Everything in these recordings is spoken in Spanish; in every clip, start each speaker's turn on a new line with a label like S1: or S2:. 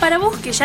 S1: Para vos que ya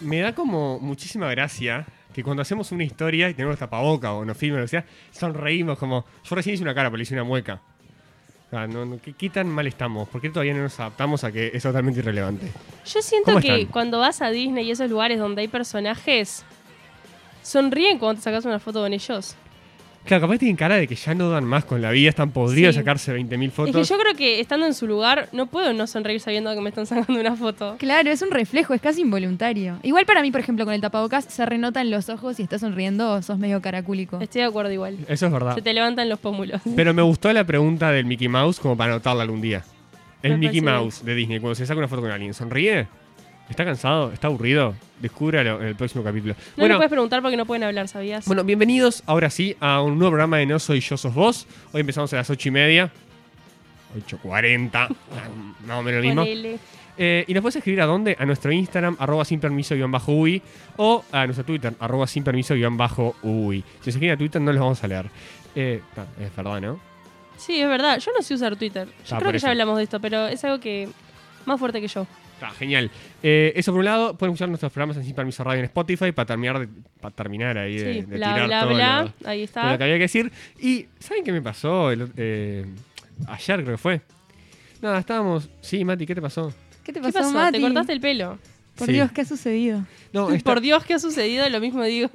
S2: me da como muchísima gracia que cuando hacemos una historia y tenemos tapaboca o nos filmen, o sea, sonreímos como. Yo recién hice una cara, pero le hice una mueca. O sea, no, no- ¿qué, qué tan mal estamos? ¿Por qué todavía no nos adaptamos a que es totalmente irrelevante?
S3: Yo siento
S2: ¿Cómo
S3: que
S2: están?
S3: cuando vas a Disney y esos lugares donde hay personajes, sonríen cuando te sacas una foto con ellos.
S2: Claro, capaz tienen cara de que ya no dan más con la vida, están podridos
S3: Sí.
S2: de sacarse 20.000 fotos.
S3: Es que yo creo que estando en su lugar, no puedo no sonreír sabiendo que me están sacando una foto.
S4: Claro, es un reflejo, es casi involuntario. Igual para mí, por ejemplo, con el tapabocas se renotan los ojos y estás sonriendo, sos medio caracúlico.
S3: Estoy de acuerdo igual.
S2: Eso es verdad.
S3: Se te levantan los pómulos.
S2: Pero me gustó la pregunta del Mickey Mouse como para anotarla algún día.
S3: Me
S2: El Mickey
S3: parece
S2: Mouse de Disney, cuando se saca una foto con alguien, ¿sonríe? ¿Está cansado? ¿Está aburrido? Descúbralo en el próximo capítulo.
S3: No le puedes preguntar porque no pueden hablar, ¿sabías?
S2: Bueno, bienvenidos ahora sí a un nuevo programa de No Soy Yo Sos Vos. Hoy empezamos a las 8 y media. 8.40, más o menos lo mismo.
S3: Ponele.
S2: Eh, y nos puedes escribir a dónde? A nuestro Instagram, arroba sin permiso guión bajo UI, o a nuestro Twitter, arroba sin permiso guión bajo UI. Si se escriben a Twitter no los vamos a leer. Eh, ta, es verdad, ¿no?
S3: Sí, es verdad. Yo no sé usar Twitter. Yo
S2: Ah,
S3: creo
S2: por
S3: que
S2: eso.
S3: ya hablamos de esto, pero es algo que... Más fuerte que yo.
S2: Está, genial. Eh, eso por un lado, pueden escuchar nuestros programas en Sin Permiso Radio en Spotify para terminar, de- para terminar ahí de,
S3: Sí,
S2: de
S3: bla,
S2: tirar
S3: bla,
S2: todo
S3: bla.
S2: lo-
S3: Ahí
S2: todo
S3: está.
S2: lo que había que decir. Y, ¿saben qué me pasó? el ot- eh, ayer creo que fue. Nada, estábamos. Sí, Mati, ¿qué te pasó?
S4: ¿Qué te
S3: ¿Qué
S4: pasó,
S3: pasó?
S4: Mati?
S3: ¿Te cortaste el pelo?
S4: Por
S2: Sí.
S4: Dios, ¿qué ha sucedido?
S2: No, esta-
S3: Por Dios, ¿qué ha sucedido? Lo mismo digo.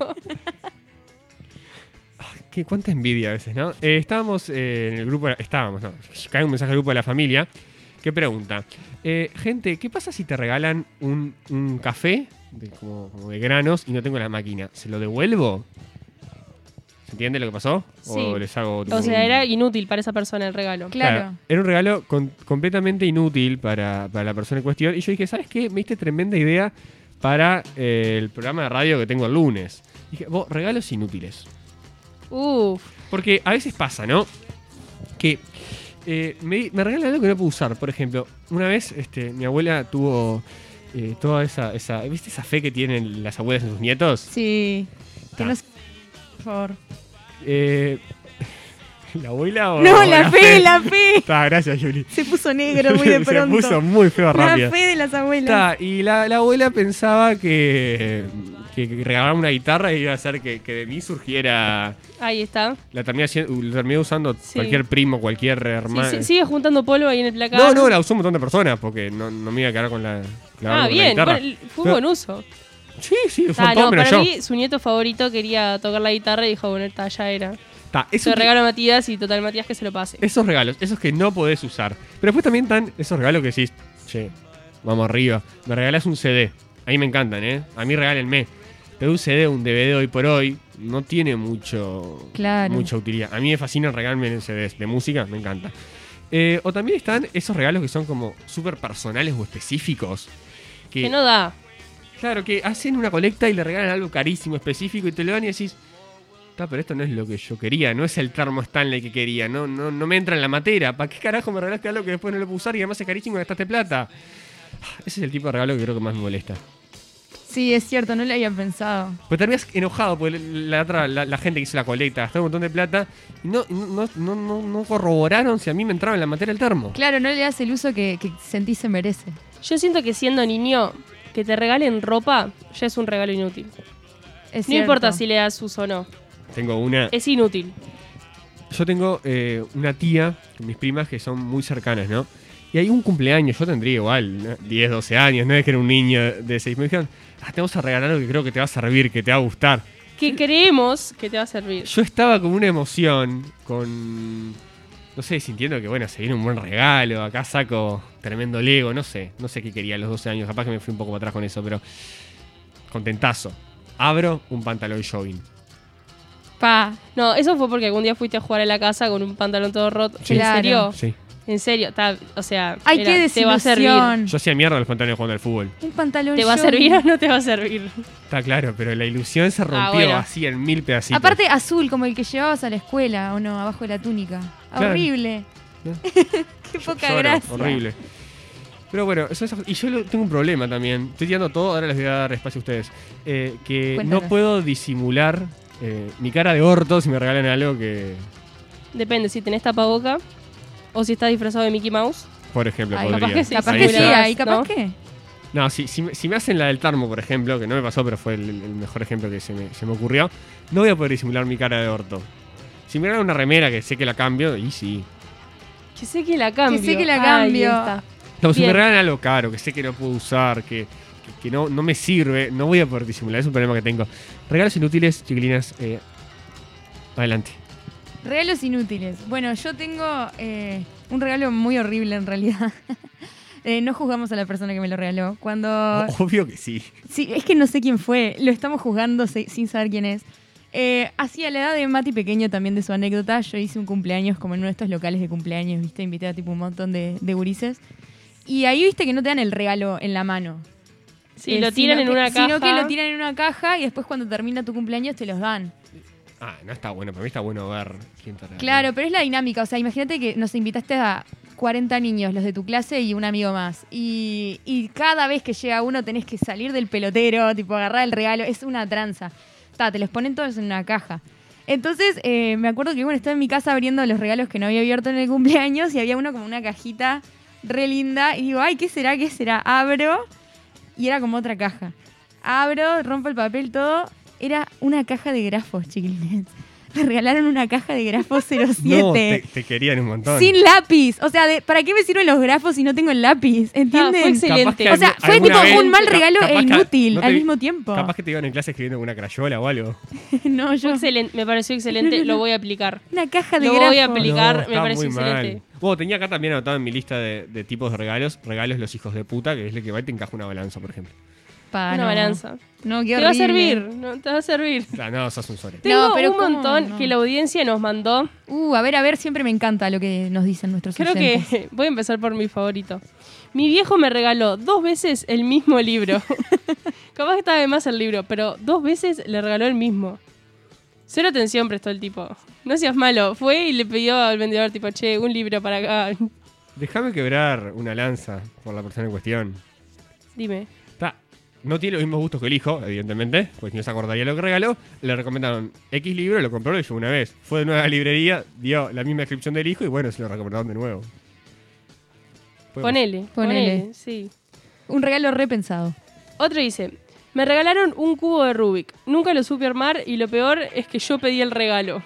S2: Qué, cuánta envidia a veces, ¿no? Eh, estábamos eh, en el grupo, de la- estábamos, ¿no? Cae un mensaje al grupo de la familia que pregunta, eh, gente, ¿qué pasa si te regalan un, un café de, como, como de granos y no tengo la máquina? ¿Se lo devuelvo? ¿Se entiende lo que pasó?
S3: Sí.
S2: ¿O les hago tipo
S3: O sea,
S2: un-
S3: era inútil para esa persona el regalo.
S4: Claro.
S2: Era un regalo con- completamente inútil para, para la persona en cuestión. Y yo dije, ¿sabes qué? Me diste tremenda idea para eh, el programa de radio que tengo el lunes. Dije, vos, regalos inútiles.
S3: Uf.
S2: Porque a veces pasa, ¿no? Que eh, me, me regalan algo que no puedo usar. Por ejemplo, una vez este, mi abuela tuvo eh, toda esa, esa. ¿Viste esa fe que tienen las abuelas en sus nietos?
S4: Sí. Que
S2: Ta.
S4: no se- Por favor.
S2: Eh, ¿La abuela o.?
S4: No,
S2: o
S4: la fe, la fe.
S2: Está, gracias, Juli.
S4: Se puso negro muy de pronto.
S2: Se puso muy feo
S4: la
S2: rápido.
S4: fe de las abuelas.
S2: Ta, y la, la abuela pensaba que, que regalaba una guitarra y iba a hacer que, que de mí surgiera.
S3: Ahí está.
S2: La terminé, haciendo- la terminé usando
S3: Sí.
S2: cualquier primo, cualquier
S3: Sí,
S2: hermano.
S3: sí, sigue juntando polvo ahí en el placar.
S2: No, no, la usó un montón de personas porque no, no me iba a quedar con la, la-
S3: Ah,
S2: con la
S3: bien.
S2: guitarra.
S3: bueno, fue un buen uso.
S2: Sí, sí, fue
S3: Ah,
S2: un todo
S3: no,
S2: menos
S3: para
S2: yo.
S3: mí, su nieto favorito quería tocar la guitarra y dijo, bueno, esta ya era.
S2: Ta,
S3: Se lo
S2: esos,
S3: regalo a Matías y total Matías que se lo pase.
S2: esos regalos, esos que no podés usar. Pero después también están esos regalos que decís, che, vamos arriba, me regalás un CD. A mí me encantan, ¿eh? A mí regálenme. Pero un CD, un DVD hoy por hoy, no tiene mucho,
S4: Claro.
S2: mucha utilidad. A mí me fascina regalarme CDs de música, me encanta. Eh, o también están esos regalos que son como súper personales o específicos. Que,
S3: Que no da.
S2: Claro, que hacen una colecta y le regalan algo carísimo, específico, y te lo dan y decís, "Ta, pero esto no es lo que yo quería, no es el termo Stanley que quería, no, no, no me entra en la materia. ¿Para qué carajo me regalaste algo que después no lo puedo usar y además es carísimo y gastaste plata? Ah, Ese es el tipo de regalo que creo que más me molesta.
S4: Sí, es cierto, no lo había pensado.
S2: Pero terminas enojado por la, otra- la, la gente que hizo la colecta, gastó un montón de plata y no, no, no, no, no corroboraron si a mí me entraba en la materia el termo.
S4: Claro, no le das el uso que, que sentís se merece.
S3: Yo siento que siendo niño, que te regalen ropa ya es un regalo inútil.
S4: Es
S3: No
S4: cierto.
S3: importa si le das uso o no.
S2: Tengo una
S3: Es inútil.
S2: Yo tengo eh, una tía, mis primas que son muy cercanas, ¿no? Y hay un cumpleaños, yo tendría igual, ¿no? 10, 12 años, no es que era un niño de 6. Me dijeron, ah, te vamos a regalar algo que creo que te va a servir, que te va a gustar.
S3: Que creemos que te va a servir.
S2: Yo estaba con una emoción, con. No sé, sintiendo que, bueno, se viene un buen regalo, acá saco tremendo Lego, no sé, no sé qué quería a los 12 años, capaz que me fui un poco para atrás con eso, pero. Contentazo. Abro un pantalón jogging.
S4: Pa.
S3: No, eso fue porque algún día fuiste a jugar a la casa con un pantalón todo roto.
S4: Sí.
S3: ¿En serio?
S2: Sí.
S3: En serio, ta- o sea,
S4: Hay
S3: era,
S4: que
S3: te va a servir.
S4: desilusión.
S2: Yo hacía mierda los pantalones jugando al fútbol.
S4: Un pantalón
S3: ¿Te va a
S4: short.
S3: servir o no te va a servir?
S2: Está claro, pero la ilusión se rompió
S3: bueno.
S2: así en mil pedacitos.
S4: Ah, Aparte azul, como el que llevabas a la escuela, o no, abajo de la túnica.
S2: Claro.
S4: Horrible. Qué
S2: Yo-
S4: poca
S2: lloro,
S4: gracia.
S2: Horrible. Pero bueno, son esas- y yo lo- tengo un problema también. Estoy tirando todo, ahora les voy a dar espacio a ustedes. Eh, que
S4: Cuéntanos.
S2: no puedo disimular eh, mi cara de orto si me regalan algo que,
S3: Depende si tenés tapaboca o si estás disfrazado de Mickey Mouse.
S2: por ejemplo,
S4: Ay,
S2: podría.
S3: capaz que sí.
S4: Capaz
S2: Ahí
S4: que
S2: sí.
S4: sí,
S3: Disimulás,
S4: ahí capaz
S3: ¿no?
S4: que.
S2: No, si, si, me- si me hacen la del tarmo, por ejemplo, que no me pasó, pero fue el, el mejor ejemplo que se me, se me ocurrió, no voy a poder disimular mi cara de orto. Si me regalan una remera que sé que la cambio, y sí.
S3: Que sé que la cambio.
S4: Que sé que la
S3: Ahí
S4: cambio.
S3: está.
S2: No, si me
S3: Bien.
S2: regalan algo caro, que sé que no puedo usar, que, que- que no, no me sirve, no voy a poder disimular. Es un problema que tengo. Regalos inútiles, chiquilinas. eh, adelante.
S4: Regalos inútiles. Bueno, yo tengo eh, un regalo muy horrible en realidad. Eh, no juzgamos a la persona que me lo regaló. Cuando.
S2: Obvio que sí.
S4: Sí, es que no sé quién fue. Lo estamos juzgando se- sin saber quién es. Eh, así, a la edad de Mati Pequeño, también de su anécdota, yo hice un cumpleaños como en uno de estos locales de cumpleaños, ¿viste? Invité a tipo un montón de, de gurises. Y ahí viste que no te dan el regalo en la mano.
S3: Si
S4: Eh,
S3: lo tiran
S4: sino
S3: en
S4: que-
S3: una caja.
S4: Sino que lo tiran en una caja y después cuando termina tu cumpleaños te los dan.
S2: Ah, no está bueno. Para mí está bueno ver quién te regaló.
S4: Claro, pero es la dinámica. O sea, imagínate que nos invitaste a 40 niños, los de tu clase y un amigo más. Y, y cada vez que llega uno tenés que salir del pelotero, tipo agarrar el regalo. Es una tranza. Ta, te los ponen todos en una caja. Entonces, eh, me acuerdo que bueno, estaba en mi casa abriendo los regalos que no había abierto en el cumpleaños y había uno como una cajita re linda. Y digo, ay, ¿qué será? ¿Qué será? Abro y era como otra caja. Abro, rompo el papel, todo. Era una caja de grafos, chiquilines. Me regalaron una caja de grafos 07.
S2: No, te, te querían un montón.
S4: Sin lápiz. O sea, de- ¿para qué me sirven los grafos si no tengo el lápiz?
S3: Ah, fue
S4: ¿Entienden?
S3: excelente.
S4: o sea,
S2: algu-
S4: fue
S2: alguna
S4: tipo
S2: vez-
S4: un mal
S2: ca-
S4: regalo
S2: capaz
S4: e
S2: que
S4: inútil
S2: no te
S4: al
S2: vi-
S4: mismo tiempo.
S2: Capaz que te iban en clase escribiendo con una crayola o algo.
S4: no,
S3: Fue
S4: yo.
S3: excelente, me pareció excelente,
S4: No, no, no.
S3: lo voy a aplicar.
S4: Una caja de
S3: Lo voy
S4: grafos.
S3: a aplicar. Explicar, me
S2: está
S3: parece
S2: muy mal.
S3: excelente.
S2: Bueno, tenía acá también anotado en mi lista de, de tipos de regalos. Regalos los hijos de puta, que es el que va y te encaja una balanza, por ejemplo.
S4: Pa,
S3: una
S4: Ah, no.
S3: balanza.
S4: No, qué
S3: Te va a
S4: horrible.
S3: servir, no, te va a servir.
S2: Ah, no, sos un sorete.
S4: No,
S3: Tengo
S4: pero
S3: un
S4: ¿cómo?
S3: montón
S4: No.
S3: que la audiencia nos mandó.
S4: Uh, a ver, a ver, siempre me encanta lo que nos dicen nuestros
S3: Creo
S4: oyentes.
S3: que voy a empezar por mi favorito. Mi viejo me regaló dos veces el mismo libro. Capaz que estaba de más el libro, pero dos veces le regaló el mismo. Cero atención prestó el tipo. No seas malo. Fue y le pidió al vendedor, tipo, che, un libro para acá.
S2: Déjame quebrar una lanza por la persona en cuestión.
S3: Dime.
S2: Está, no tiene los mismos gustos que el hijo, evidentemente, pues no se acordaría lo que regaló. Le recomendaron X libro, lo compró, lo llevó una vez. Fue de nuevo a la librería, dio la misma descripción del hijo y bueno, se lo recomendaron de nuevo. Fue-
S3: Ponele,
S4: Ponele.
S3: ponele. Sí.
S4: Un regalo repensado.
S3: Otro dice, me regalaron un cubo de Rubik. Nunca lo supe armar y lo peor es que yo pedí el regalo.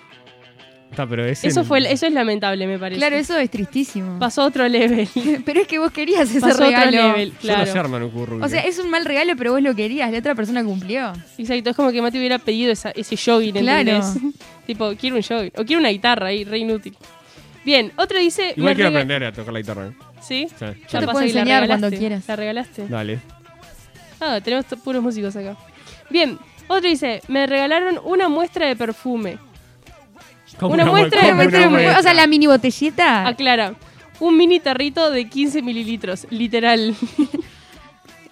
S2: Está, pero ese
S3: Eso, fue, eso es lamentable, me parece.
S4: Claro, eso es tristísimo.
S3: Pasó a otro level.
S4: Pero es que vos querías ese
S3: Pasó a otro
S4: regalo.
S3: level,
S2: Yo no sé
S3: claro.
S2: armar un cubo Rubik.
S4: O sea, es un mal regalo, pero vos lo querías. La otra persona cumplió.
S3: Exacto, es como que Mati hubiera pedido esa- ese jogging, ¿entendés?
S4: Claro.
S3: tipo, quiero un jogging. O quiero una guitarra ahí, re inútil. Bien, otro dice...
S2: Igual
S3: me
S2: quiero
S3: rega-
S2: aprender a tocar la guitarra. ¿eh?
S3: ¿Sí?
S2: O sea,
S4: Yo te
S3: Ya
S4: puedo
S3: pasa que la
S4: enseñar cuando
S3: regalaste.
S4: quieras.
S3: La regalaste.
S2: Dale.
S3: Ah, tenemos t- puros músicos acá. Bien, otro dice, me regalaron una muestra de perfume.
S2: Como
S3: Una muestra de
S2: como
S3: muestra
S2: una
S3: de muestra.
S4: O sea, la mini botellita.
S3: Aclara, un mini tarrito de 15 mililitros, literal.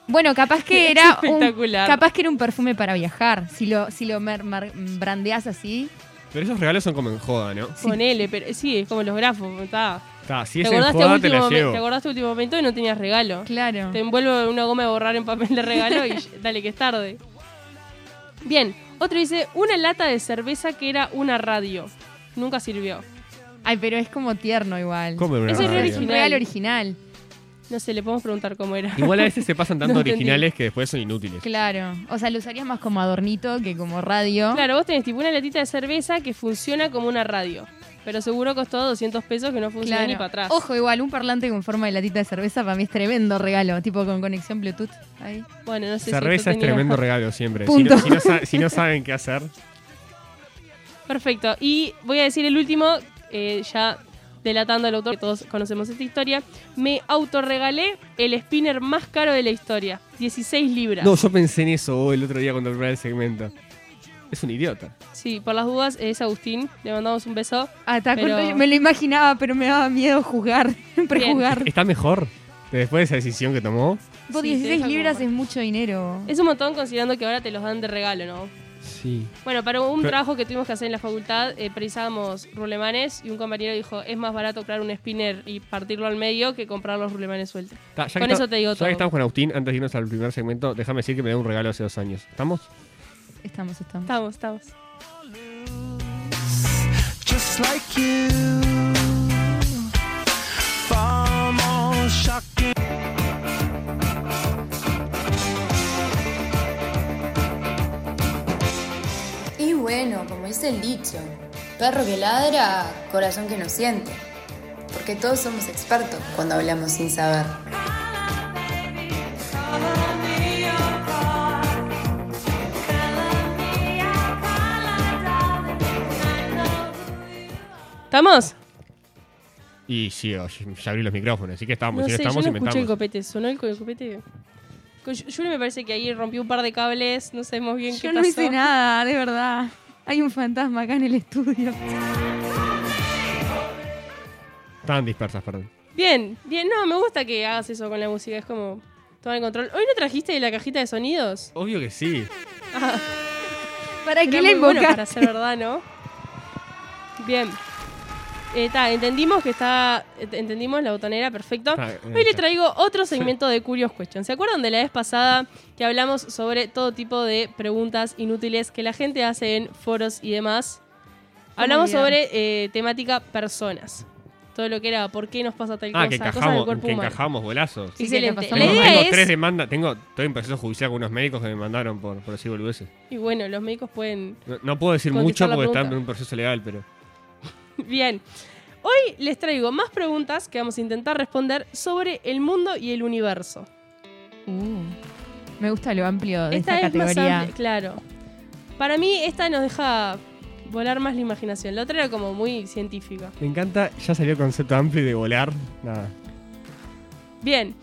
S4: Bueno, capaz que era un,
S3: Espectacular.
S4: capaz que era un perfume para viajar. Si lo, si lo mer- mar- brandeás así.
S2: Pero esos regalos son como en joda, ¿no?
S3: Ponele, pero sí, es como los grafos. Está.
S2: Está, si
S3: Te
S2: es en
S3: acordaste,
S2: joda, te
S3: último
S2: la
S3: momen-
S2: llevo.
S3: te acordaste último momento y no tenías regalo.
S4: Claro.
S3: Te envuelvo en una goma de borrar en papel de regalo y dale que es tarde. Bien, otro dice, una lata de cerveza que era una radio. Nunca sirvió.
S4: Ay, pero es como tierno igual.
S2: Come una
S3: Ese es re
S2: radio.
S4: Es un regalo original.
S3: No sé, le podemos preguntar cómo era.
S2: Igual a veces se pasan tanto
S3: No entendí.
S2: originales que después son inútiles.
S4: Claro. O sea, lo usarías más como adornito que como radio.
S3: Claro, vos tenés tipo una latita de cerveza que funciona como una radio. Pero seguro costó 200 pesos que no funciona
S4: Claro.
S3: ni para atrás.
S4: Ojo, igual, un parlante con forma de latita de cerveza para mí es tremendo regalo. Tipo con conexión Bluetooth. Ahí.
S3: Bueno, no sé si esto
S2: Cerveza es
S3: tenía-
S2: tremendo regalo siempre. Si
S4: Punto.
S2: no, si no sa- si no saben qué hacer,
S3: Perfecto. Y voy a decir el último, eh, ya delatando al autor, que todos conocemos esta historia. Me autorregalé el spinner más caro de la historia. 16 libras.
S2: No, yo pensé en eso vos, el otro día cuando preparé el segmento. Es un idiota.
S3: Sí, por las dudas es Agustín. Le mandamos un beso.
S4: Hasta
S3: Pero-
S4: cuando yo- Ah, me lo imaginaba, pero me daba miedo juzgar, prejuzgar.
S2: Está mejor de después de esa decisión que tomó.
S4: Vos
S3: Sí, te
S4: 16
S3: deja
S4: libras
S3: como-
S4: es mucho dinero.
S3: Es un montón considerando que ahora te los dan de regalo, ¿no?
S2: Sí.
S3: Bueno, para un
S2: Pero-
S3: trabajo que tuvimos que hacer en la facultad, eh, precisábamos rulemanes y un compañero dijo, es más barato crear un spinner y partirlo al medio que comprar los rulemanes sueltos.
S2: Ta, ya que
S3: Con
S2: esta-
S3: eso te digo
S2: ya
S3: todo.
S2: que estamos con Agustín, antes de irnos al primer segmento, déjame decir que me dio un regalo hace dos años. ¿Estamos?
S4: Estamos, estamos.
S3: Estamos, estamos.
S5: just like you. Far more shocking.
S6: Y bueno, como dice el dicho, perro que ladra, corazón que no siente. Porque todos somos expertos cuando hablamos sin saber.
S3: ¿Estamos?
S2: Y sí, oye, ya abrí los micrófonos, así que estamos.
S3: no
S2: si
S3: sé,
S2: no estamos,
S3: yo no escuché el
S2: inventamos.
S3: copete. ¿Sonó el, co- el copete? Co- Yu- Yuri me parece que ahí rompió un par de cables, no sabemos bien qué
S4: Yo
S3: pasó.
S4: no hice nada, de verdad. Hay un fantasma acá en el estudio.
S2: Estaban dispersas, perdón.
S3: Bien, bien, no, me gusta que hagas eso con la música, es como tomar el control. ¿Hoy no trajiste la cajita de sonidos?
S2: Obvio que sí.
S4: ¿Para
S3: Era
S4: qué la
S3: muy bueno
S4: invocaste?
S3: para ser verdad, ¿no? Bien. Eh, ta, entendimos que está. ent- Entendimos la botonera, perfecto.
S2: Ta, eh,
S3: Hoy le
S2: ta.
S3: traigo otro segmento de Curious Question. ¿Se acuerdan de la vez pasada que hablamos sobre todo tipo de preguntas inútiles que la gente hace en foros y demás? Hablamos
S4: olvidar?
S3: sobre eh, temática personas. Todo lo que era por qué nos pasa tal cosa,
S2: Ah, que
S3: cosas del
S2: encajamos,
S3: cuerpo
S2: que
S3: humano.
S2: encajamos bolazos.
S4: Sí,
S3: Excelente.
S4: que la
S3: La
S4: pasamos
S2: Tengo,
S4: mal.
S3: idea
S2: tengo
S3: es.
S2: tres demandas, tengo, estoy en proceso judicial con unos médicos que me mandaron por, por decir boludeces.
S3: Y bueno, los médicos pueden
S2: No, no puedo decir
S3: Contestar
S2: mucho
S3: la
S2: porque están
S3: pregunta.
S2: en un proceso legal, pero.
S3: Bien. Hoy les traigo más preguntas que vamos a intentar responder sobre el mundo y el universo.
S4: Uh, me gusta lo amplio de esta,
S3: es más
S4: categoría.
S3: amplia, claro. Para mí esta nos deja volar más la imaginación. La otra era como muy científica.
S2: Me encanta, ya salió el concepto amplio de volar. Nada.
S3: Bien.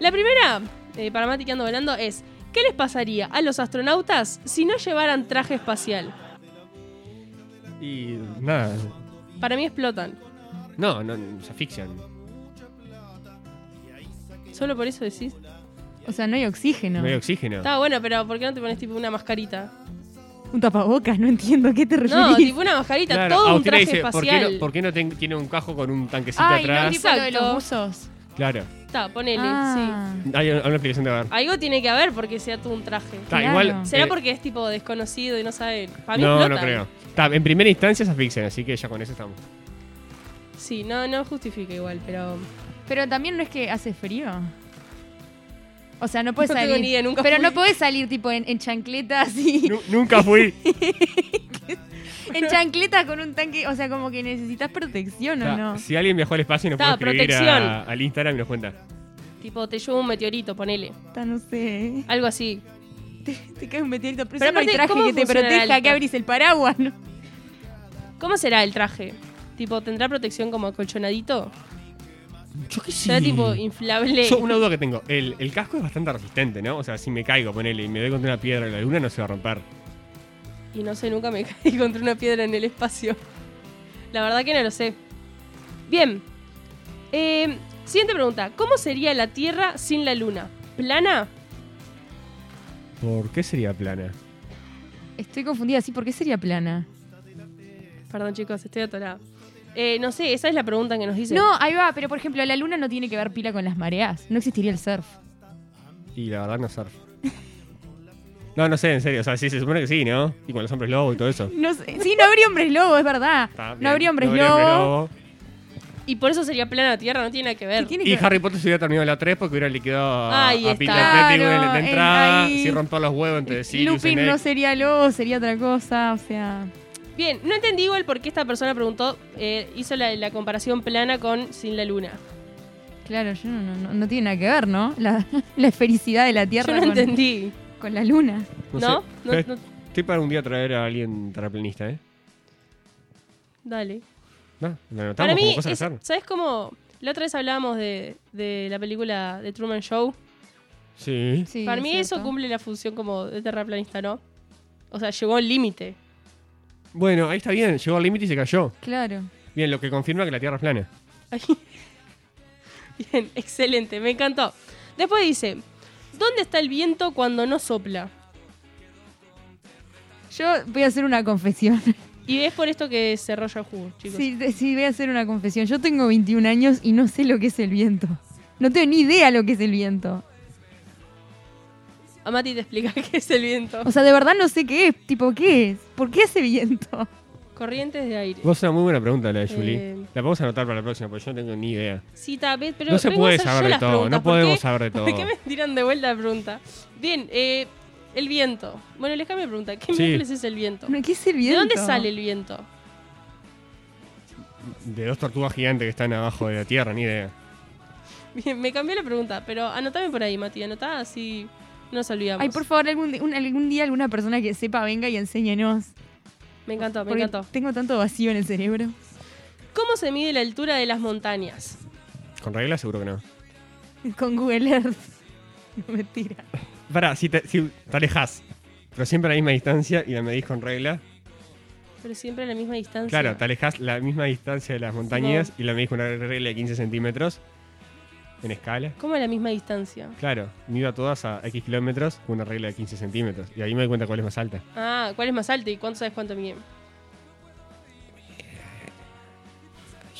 S3: La primera, eh, para Mati que ando volando, es ¿qué les pasaría a los astronautas si no llevaran traje espacial?
S2: Y nada.
S3: Para mí explotan.
S2: No, no, se asfixian.
S3: Solo por eso decís.
S4: O sea, no hay oxígeno.
S2: No hay oxígeno.
S3: Está bueno, pero ¿por qué no te pones tipo una mascarita?
S4: Un tapabocas, no entiendo a qué te referís.
S3: No, tipo una mascarita,
S2: Claro,
S3: todo un
S2: Agustina
S3: traje
S2: dice, ¿por qué
S3: espacial.
S2: no, por qué no ten- tiene un cajo con un tanquecito
S4: Ay, no,
S2: atrás?
S4: tipo lo de los
S3: Exacto.
S4: buzos.
S2: Claro.
S3: Está, ponele, sí.
S4: Ah,
S2: Hay una, hay una explicación de ver.
S3: Algo tiene que haber porque sea tú un traje.
S2: Está,
S4: Claro.
S2: igual,
S3: ¿Será
S2: eh,
S3: porque es tipo desconocido y no saben? Para mí
S2: No, no
S3: explotan.
S2: creo. Está, en primera instancia se asfixian, así que ya con eso estamos.
S3: Sí, no, no justifica igual, pero.
S4: Pero también no es que hace frío. O sea, no puedes
S3: No tengo
S4: salir.
S3: ni idea, nunca
S4: pero
S3: fui.
S4: no puedes salir tipo en, en chancletas y.
S2: Nu- nunca fui.
S4: en chancletas con un tanque. O sea, como que necesitas protección
S2: Está,
S4: o no.
S2: Si alguien viajó al espacio y nos
S3: Está,
S2: puede escribir
S3: protección.
S2: a- al Instagram y nos cuenta.
S3: Tipo, te llevo un meteorito, ponele.
S4: Está, no sé.
S3: Algo así.
S4: Te, te cae un meteorito. Pero,
S3: Pero
S4: eso no hay
S3: aparte,
S4: traje
S3: ¿cómo
S4: que te
S3: funciona el
S4: proteja,
S3: alto?
S4: que abrís el paraguas. ¿no?
S3: ¿Cómo será el traje? Tipo, ¿tendrá protección como acolchonadito?
S2: Yo qué sé.
S3: ¿Será tipo inflable?
S2: Yo una duda que tengo. El, el casco es bastante resistente, ¿no? O sea, si me caigo, ponele, y me doy contra una piedra en la luna, no se va a romper.
S3: Y no sé, nunca me caí contra una piedra en el espacio. La verdad que no lo sé. Bien. Eh, siguiente pregunta. ¿Cómo sería la Tierra sin la Luna? ¿Plana?
S2: ¿Por qué sería plana?
S4: Estoy confundida, sí, ¿por qué sería plana?
S3: Perdón, chicos, estoy atorada. Eh, no sé, esa es la pregunta que nos dicen.
S4: No, ahí va, pero por ejemplo, la luna no tiene que ver pila con las mareas. No existiría el surf.
S2: Y la verdad no surf. No, no sé, en serio. O sea, sí, se supone que sí, ¿no? Y con los hombres lobo y todo eso.
S4: No sé. Sí, no habría hombres lobo, es verdad.
S2: Está bien.
S4: no habría hombres
S2: No
S4: lobo.
S3: Y por eso sería plana la Tierra, no tiene nada que ver.
S4: ¿Qué tiene que
S2: Y
S4: ver?
S2: Harry Potter se hubiera terminado la 3 porque hubiera liquidado a,
S3: Ahí
S2: a
S3: está.
S2: Peter Pettigrew en la
S4: Claro,
S2: entrada.
S4: en- ahí. Eh,
S2: sin romper los huevos entre sí.
S4: Lupin no sería lobo, sería otra cosa, o sea.
S3: Bien, no entendí igual por qué esta persona preguntó, eh, hizo la, la comparación plana con sin la luna.
S4: Claro, yo no, no- no- no tiene nada que ver, ¿no? La, la esfericidad de la
S3: Yo
S4: Tierra
S3: no
S4: con-
S3: entendí.
S4: con, la Luna.
S3: ¿No?
S2: sé. Eh,
S3: No, no-
S2: Estoy para un día traer a alguien terraplanista, ¿eh?
S3: Dale.
S2: No, lo anotamos
S3: Para mí,
S2: como cosa de
S3: es-
S2: hacer.
S3: ¿sabes cómo? La otra vez hablábamos de, de la película de Truman Show.
S2: Sí.
S4: Sí,
S3: Para mí eso
S4: cierto.
S3: cumple la función como de terraplanista, ¿no? O sea, llegó al límite.
S2: Bueno, ahí está bien, llegó al límite y se cayó.
S4: Claro.
S2: Bien, lo que confirma que la Tierra es plana.
S3: Ay. Bien, excelente, me encantó. Después dice, ¿dónde está el viento cuando no sopla?
S4: Yo voy a hacer una confesión.
S3: Y es por esto que se rolla el jugo, chicos.
S4: Sí, de- sí, voy a hacer una confesión. Yo tengo 21 años y no sé lo que es el viento. No tengo ni idea lo que es el viento.
S3: A Mati te explica qué es el viento.
S4: O sea, de verdad no sé qué es. Tipo, ¿qué es? ¿Por qué hace viento?
S3: Corrientes de aire.
S2: Vos una muy buena pregunta la de Julie.
S3: Eh.
S2: La podemos anotar para la próxima, porque yo no tengo ni idea.
S3: Cita, ¿ves? pero
S2: No se
S3: vengo a
S2: puede
S3: hacer
S2: saber
S3: yo
S2: de
S3: las
S2: todo,
S3: preguntas.
S2: no
S3: ¿Por
S2: podemos
S3: qué-
S2: saber de todo.
S3: ¿Por qué me tiran de vuelta la pregunta? Bien, eh, el viento. Bueno, les cambio de pregunta. ¿Qué
S2: Sí.
S3: miércoles es el viento?
S4: No, ¿Qué es el
S3: ¿De
S4: viento?
S3: dónde sale el viento?
S2: De dos tortugas gigantes que están abajo de la Tierra, ni idea.
S3: Bien, me cambié la pregunta, pero anotame por ahí, Mati, anotá así no nos olvidamos.
S4: Ay, por favor, algún, di- un- algún día alguna persona que sepa venga y enséñenos.
S3: Me encantó, me
S4: Porque
S3: encantó.
S4: Tengo tanto vacío en el cerebro.
S3: ¿Cómo se mide la altura de las montañas?
S2: Con reglas seguro que no.
S4: Con Google Earth. No, mentira.
S2: Pará, si te, si te alejás, pero siempre a la misma distancia y la medís con reglas.
S3: Pero siempre a la misma distancia.
S2: Claro, te alejás la misma distancia de las montañas y la medís con una regla de 15 centímetros en escala.
S3: ¿Cómo a la misma distancia?
S2: Claro, mido a todas a X kilómetros con una regla de 15 centímetros. Y ahí me doy cuenta cuál es más alta.
S3: Ah, ¿cuál es más alta y cuánto sabes cuánto mide?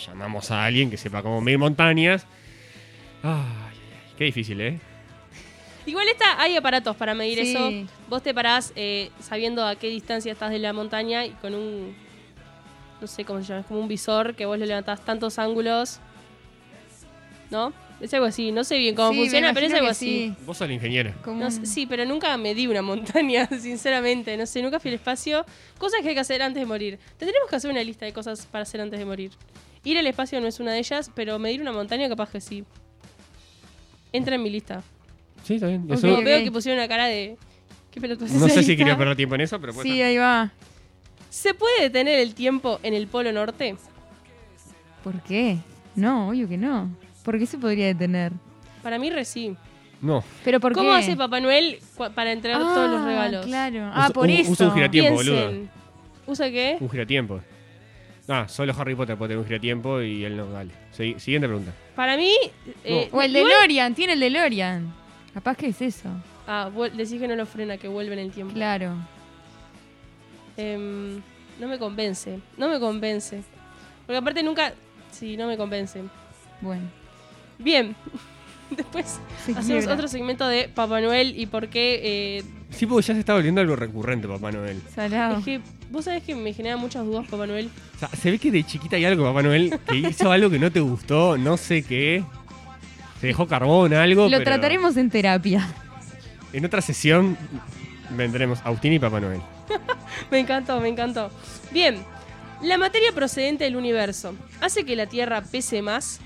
S2: Llamamos a alguien que sepa cómo medir montañas. Ay, ay, ay, qué difícil, ¿eh?
S3: Igual está, hay aparatos para medir
S4: Sí.
S3: eso. Vos te parás eh, sabiendo a qué distancia estás de la montaña y con un. No sé cómo se llama, es como un visor que vos le levantás tantos ángulos. ¿No? Es algo así. No sé bien cómo
S4: Sí, me
S3: funciona, pero es algo
S4: imagino que
S3: así.
S4: sí.
S2: Vos sos la ingeniera.
S4: Como
S3: No
S4: un-
S3: sé- sí, pero nunca medí una montaña, sinceramente. No sé, nunca fui al espacio. Cosas que hay que hacer antes de morir. Tendremos que hacer una lista de cosas para hacer antes de morir. Ir al espacio no es una de ellas, pero medir una montaña capaz que sí. Entra en mi lista.
S2: Sí, está bien.
S4: Ok,
S2: Eso-
S3: No, veo que pusieron una cara de. ¿Qué pelotudo es
S2: No
S3: esa
S2: sé si
S3: lista?
S2: quería perder tiempo en eso, pero puede
S4: Sí,
S2: ser.
S4: ahí va.
S3: ¿Se puede detener el tiempo en el Polo Norte?
S4: ¿Por qué? No, obvio que no. ¿Por qué se podría detener?
S3: Para mí, re sí.
S2: No.
S4: ¿Pero por
S3: ¿Cómo
S4: qué?
S3: hace Papá Noel cua- para entregar
S4: Ah,
S3: todos los regalos?
S4: Claro. Ah,
S2: Usa-
S4: por
S2: u-
S4: eso.
S2: usa un giratiempo. Tiempo, Uh.
S3: Piensen. ¿Usa qué?
S2: Un giratiempo. Ah, solo Harry Potter puede tener un giratiempo y él no. Dale. Segui- siguiente pregunta.
S3: Para mí. eh,
S4: O el
S3: igual-
S4: DeLorean, tiene el DeLorean. Capaz que es eso.
S3: Ah, vuel- decís que no lo frena, que vuelve en el tiempo.
S4: Claro.
S3: Em, no me convence. No me convence. Porque aparte nunca. Sí, no me convence.
S4: Bueno.
S3: Bien. Después
S4: Se
S3: hacemos
S4: quiebra.
S3: otro segmento de Papá Noel y por qué eh,
S2: Sí, porque ya se está volviendo algo recurrente, Papá Noel.
S4: Salado.
S3: Es que vos sabés que me genera muchas dudas, Papá Noel.
S2: O sea, se ve que de chiquita hay algo, Papá Noel, que hizo algo que no te gustó, no sé qué. Se dejó carbón, algo.
S4: Lo
S2: pero
S4: trataremos en terapia.
S2: En otra sesión vendremos Agustín y Papá Noel.
S3: Me encantó, me encantó. Bien, la materia procedente del universo hace que la Tierra pese más.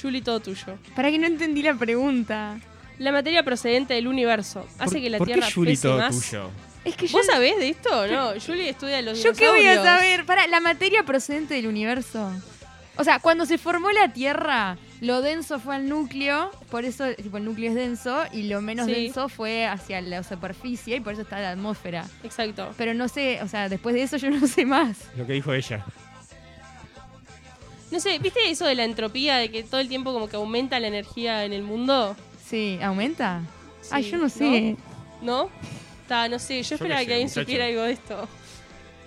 S3: Julie, todo tuyo.
S4: Para que no entendí la pregunta.
S3: La materia procedente del universo hace
S2: ¿Por-
S3: que la
S2: ¿Por
S3: Tierra
S2: qué Juli
S3: pese
S2: todo
S3: más.
S2: tuyo?
S4: Es que yo.
S3: ¿Vos sabés de esto? No, Julie estudia los
S4: ¿Yo qué voy a
S3: dinosaurios.
S4: saber? Para, la materia procedente del universo. O sea, cuando se formó la Tierra, lo denso fue al núcleo, por eso tipo, el núcleo es denso, y lo menos
S3: Sí.
S4: denso fue hacia la superficie, y por eso está la atmósfera.
S3: Exacto.
S4: Pero no sé, o sea, después de eso yo no sé más.
S2: Lo que dijo ella.
S3: No sé, ¿viste eso de la entropía, de que todo el tiempo como que aumenta la energía en el mundo?
S4: Sí, ¿aumenta? Ay,
S3: Sí,
S4: yo no sé.
S3: ¿No? Ta, no sé, yo,
S2: Yo
S3: esperaba
S2: qué
S3: que,
S2: sé,
S3: alguien
S2: muchacho.
S3: supiera algo de esto.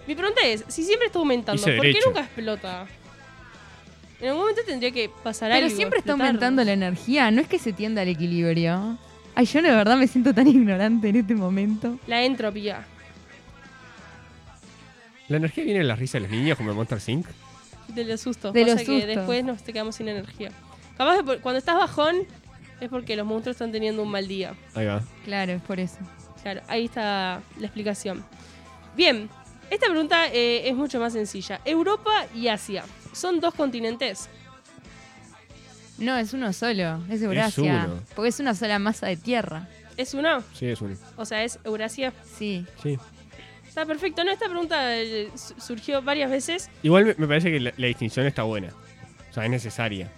S3: Mi pregunta es, si siempre está aumentando,
S2: Hice
S3: ¿por qué
S2: derecho.
S3: nunca explota? En algún momento tendría que pasar algo.
S4: Pero siempre está
S3: explotar.
S4: aumentando la energía, no es que se tienda al equilibrio. Ay, yo de verdad me siento tan ignorante en este momento.
S3: La entropía.
S2: ¿La energía viene de la risa de los niños como en Monster Sync?
S3: Del susto.
S4: De
S3: Pasa
S4: los
S3: que
S4: sustos.
S3: después nos te quedamos sin energía. Capaz que por- cuando estás bajón es porque los monstruos están teniendo un mal día.
S2: Ahí va.
S4: Claro, es por eso.
S3: Claro, ahí está la explicación. Bien, esta pregunta eh, es mucho más sencilla. Europa y Asia. ¿Son dos continentes?
S4: No, es uno solo, es Eurasia.
S2: Eurasia, uno.
S4: Porque es una sola masa de tierra.
S3: ¿Es uno?
S2: Sí, es uno.
S3: O sea, es Eurasia.
S4: Sí.
S2: Sí.
S3: Está perfecto, ¿no? Esta pregunta eh, su- surgió varias veces.
S2: Igual me- me parece que la, la distinción está buena. O sea, es necesaria.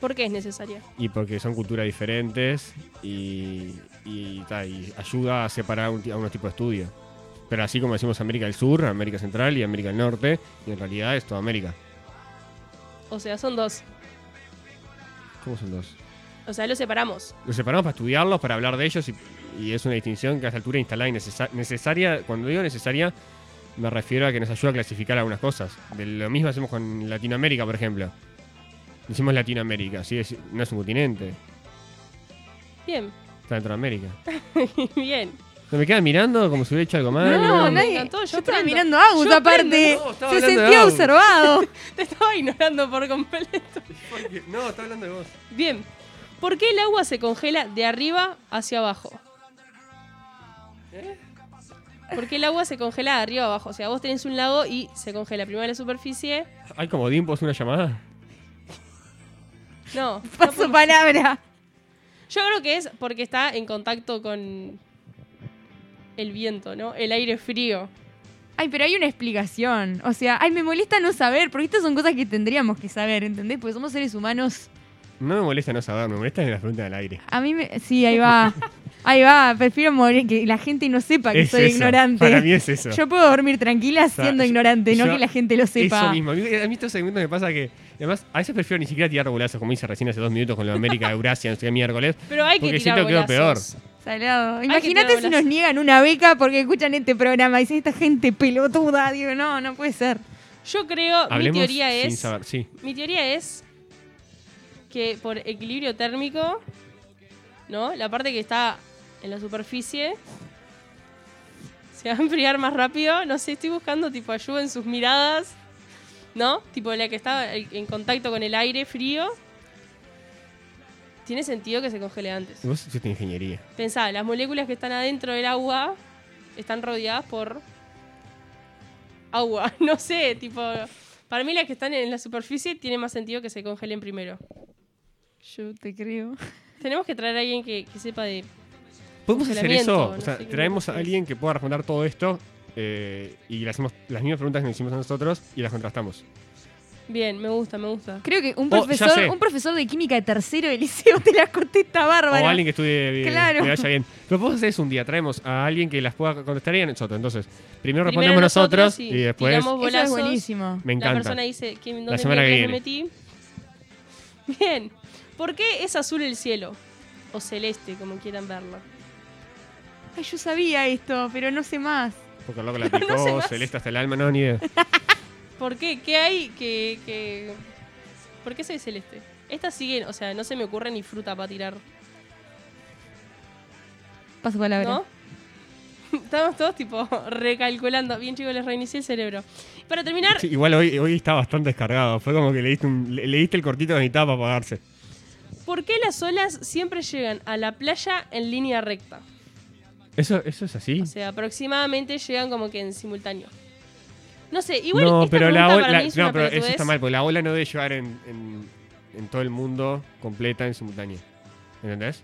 S3: ¿Por qué es necesaria?
S2: Y porque son culturas diferentes y, y, ta, y ayuda a separar un ti- a unos tipos de estudio. Pero así como decimos América del Sur, América Central y América del Norte, y en realidad es toda América.
S3: O sea, son dos.
S2: ¿Cómo son dos?
S3: O sea, los separamos.
S2: Los separamos para estudiarlos, para hablar de ellos y, y es una distinción que a esta altura instalada y necesa- necesaria. Cuando digo necesaria, me refiero a que nos ayuda a clasificar algunas cosas. De lo mismo hacemos con Latinoamérica, por ejemplo. Decimos Latinoamérica, ¿sí? Es- no es un continente,
S3: Bien,
S2: está Centroamérica.
S3: bien.
S2: ¿No me queda mirando como si hubiera hecho algo mal?
S3: No,
S4: No,
S3: me
S4: nadie.
S3: encantó, yo
S4: yo, estaba
S3: aprendo.
S4: mirando a Agus
S3: Yo
S4: aparte.
S2: aprendo. No, estaba
S4: Se
S2: hablando de
S4: sentía
S2: Agus.
S4: observado.
S3: Te estaba ignorando por completo.
S2: No, está hablando de vos.
S3: Bien. ¿Por qué el agua se congela de arriba hacia abajo? ¿Por qué el agua se congela de arriba a abajo? O sea, vos tenés un lago y se congela primero la superficie.
S2: ¿Hay como dimpos una llamada?
S3: No.
S4: Paso palabra.
S3: Yo creo que es porque está en contacto con el viento, ¿no? El aire frío.
S4: Ay, pero hay una explicación. O sea, ay, me molesta no saber, porque estas son cosas que tendríamos que saber, ¿entendés? Porque somos seres humanos.
S2: No me molesta no saber, me molesta las preguntas al aire.
S4: A mí me. Sí, ahí va. Ahí va. Prefiero morir que la gente no sepa que
S2: Es
S4: soy
S2: eso,
S4: ignorante.
S2: Para mí es eso.
S4: Yo puedo dormir tranquila
S2: sea,
S4: siendo
S2: yo-
S4: ignorante, no
S2: yo-
S4: que la gente lo
S2: Eso
S4: sepa.
S2: mismo. A mí, a mí estos segmentos me pasa que. Además, a veces prefiero ni siquiera tirar bolazos, como hice recién hace dos minutos con lo de América, Eurasia, no sé qué miércoles.
S3: Pero hay que
S2: Porque
S3: tirar
S2: siento que quedó
S3: bolazos.
S4: Salado.
S3: que tirar
S4: Imagínate si
S3: bolas.
S4: nos niegan una beca porque escuchan este programa y dicen esta gente pelotuda. Digo, no, no puede ser.
S3: Yo creo,
S2: Hablemos
S3: mi teoría
S2: sin
S3: es.
S2: saber, sí.
S3: Mi teoría es que por equilibrio térmico, ¿no? La parte que está en la superficie se va a enfriar más rápido. No sé, estoy buscando tipo ayuda en sus miradas, ¿no? Tipo la que está en contacto con el aire frío. Tiene sentido que se congele antes.
S2: Vos hiciste ingeniería.
S3: Pensá, las moléculas que están adentro del agua están rodeadas por agua. No sé, tipo. Para mí las que están en la superficie tiene más sentido que se congelen primero.
S4: Yo te creo.
S3: Tenemos que traer a alguien que, que sepa de.
S2: ¿Podemos hacer
S3: Congelamiento,
S2: eso? o
S3: no
S2: sea,
S3: sé qué
S2: traemos a
S3: es.
S2: alguien que pueda responder todo esto eh, y le hacemos las mismas preguntas que nos hicimos a nosotros y las contrastamos.
S3: Bien, me gusta, me gusta.
S4: Creo que un
S2: Oh, ya
S4: profesor,
S2: sé.
S4: un profesor de química de tercero del liceo te las contesta bárbara.
S2: O alguien que estudie bien,
S4: Claro.
S2: que le vaya bien. Lo que podemos hacer es un día, traemos a alguien que las pueda contestar y a nosotros. Entonces, primero respondemos
S3: Primero
S2: nosotros,
S3: nosotros, sí.
S2: y después.
S3: Tiramos-
S4: Eso es
S3: Bolazos.
S4: buenísimo.
S2: Me
S3: La
S2: encanta.
S3: persona dice ¿quién- dónde
S2: La semana
S3: me-
S2: que
S3: dónde
S2: viene.
S3: metí? Bien. ¿Por qué es azul el cielo? O celeste, como quieran verlo.
S4: Ay, yo sabía esto, pero no sé más.
S2: Porque el loco la picó,
S3: sé más.
S2: celeste hasta el alma, no, ni idea.
S3: ¿Por qué? ¿Qué hay que, que- ¿Por qué soy celeste? Estas siguen, o sea, no se me ocurre ni fruta para tirar,
S4: Paso palabra.
S3: ¿no? Estamos todos tipo recalculando. Bien, chicos, les reinicié el cerebro. Para terminar,
S2: Sí, igual hoy, hoy está bastante descargado. Fue como que le diste, un- le, le diste el cortito que necesitaba para apagarse.
S3: ¿por qué las olas siempre llegan a la playa en línea recta?
S2: ¿Eso, eso es así?
S3: O sea, aproximadamente llegan como que en simultáneo. No sé, igual
S2: no,
S3: esta
S2: pero, la
S3: pregunta
S2: ola,
S3: para
S2: la-
S3: mí es
S2: no,
S3: una
S2: pero eso
S3: pelotudez.
S2: está mal, porque la ola no debe llevar en, en, en todo el mundo completa en simultáneo. ¿Entendés?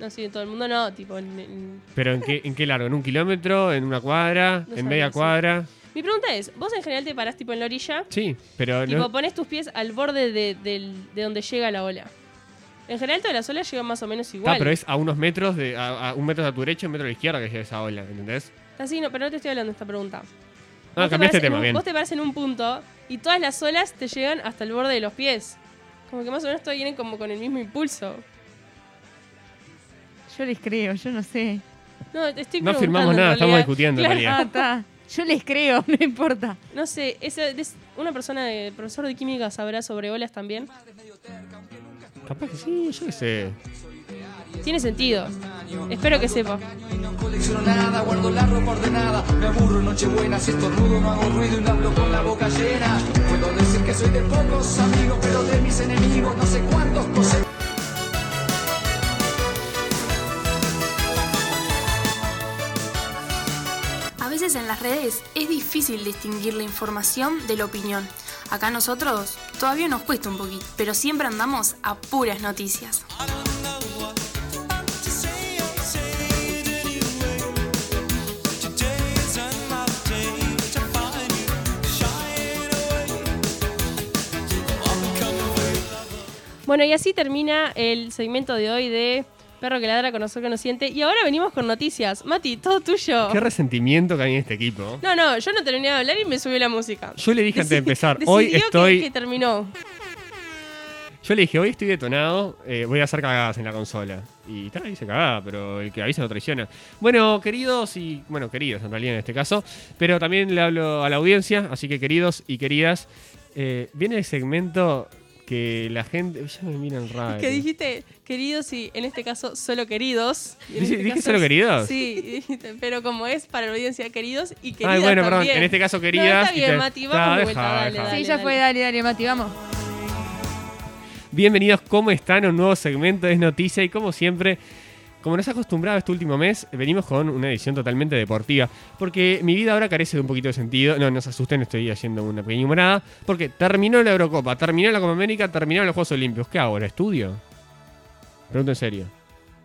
S3: No, sí, en todo el mundo no, tipo en- en-
S2: ¿Pero en qué, en qué largo? ¿En un kilómetro? ¿En una cuadra?
S3: No
S2: ¿En
S3: sabía
S2: media
S3: eso.
S2: cuadra?
S3: Mi pregunta es, ¿vos en general te parás tipo en la orilla?
S2: Sí, pero
S3: Tipo,
S2: no,
S3: pones tus pies al borde de, del- de donde llega la ola. En general, todas las olas llegan más o menos igual.
S2: está, Ah, pero es a unos metros, de, a, a un metro a tu derecha y un metro a la izquierda que llega esa ola, ¿entendés?
S3: Está así, no, pero no te estoy hablando de esta pregunta.
S2: Ah,
S3: Vos te
S2: cambiaste
S3: parás
S2: de
S3: en
S2: tema,
S3: un-
S2: bien.
S3: Vos te paras en un punto y todas las olas te llegan hasta el borde de los pies. Como que más o menos todas vienen como con el mismo impulso.
S4: Yo les creo, yo no sé.
S3: No, te estoy
S2: No
S3: preguntando,
S2: afirmamos
S3: en
S2: nada, estamos
S3: realidad.
S2: discutiendo en
S3: Claro, Ah,
S2: realidad.
S4: Ah, está. Yo les creo, no importa.
S3: No sé, esa- des- una persona, de, profesor de química, sabrá sobre olas también.
S2: Capaz que sí, yo qué sé.
S3: Tiene sentido. Espero que sepa.
S7: No colecciono nada, guardo la ropa ordenada. Me aburro noche buena, si estornudo no hago ruido y no hablo con la boca llena. Puedo decir que soy de pocos amigos, pero de mis enemigos no sé cuántos cosas.
S1: A veces en las redes es difícil distinguir la información de la opinión. Acá a nosotros todavía nos cuesta un poquito, pero siempre andamos a puras noticias.
S3: Bueno, y así termina el segmento de hoy de Perro que ladra con nosotros que no siente. Y ahora venimos con noticias. Mati, todo tuyo.
S2: Qué resentimiento que hay en este equipo.
S3: No, no, yo no terminé de hablar y me subió la música.
S2: Yo le dije antes de
S3: Deci-
S2: empezar,
S3: decidió
S2: hoy
S3: que-
S2: estoy.
S3: Que, terminó.
S2: Yo le dije, hoy estoy detonado, eh, voy a hacer cagadas en la consola. Y está, hice cagada, pero el que avisa no traiciona. Bueno, queridos y. Bueno, queridos en realidad en este caso. Pero también le hablo a la audiencia, así que queridos y queridas. eh, viene el segmento que la gente. Ya me miran raro.
S3: Que dijiste, queridos y en este caso solo queridos. Y en
S2: Dije-
S3: este
S2: dije
S3: caso
S2: solo
S3: es-
S2: queridos.
S3: Sí, y dijiste, pero como es para la audiencia, queridos y queridas.
S2: Ay, bueno, perdón.
S3: también.
S2: En este caso,
S3: No,
S2: queridas.
S3: está
S2: y
S3: bien,
S2: te-
S3: Mati,
S2: Está,
S3: vamos de vuelta,
S2: deja,
S3: dale,
S2: deja.
S3: dale.
S4: sí, ya fue, dale, dale, Mati, vamos.
S2: Bienvenidos, ¿cómo están? Un nuevo segmento es noticia y como siempre, como nos ha acostumbrado este último mes, venimos con una edición totalmente deportiva. Porque mi vida ahora carece de un poquito de sentido. No, no se asusten, estoy haciendo una pequeña humorada. Porque terminó la Eurocopa, terminó la Copa América, terminaron los Juegos Olímpicos. ¿Qué hago? ¿Ahora estudio? Pregunto en serio.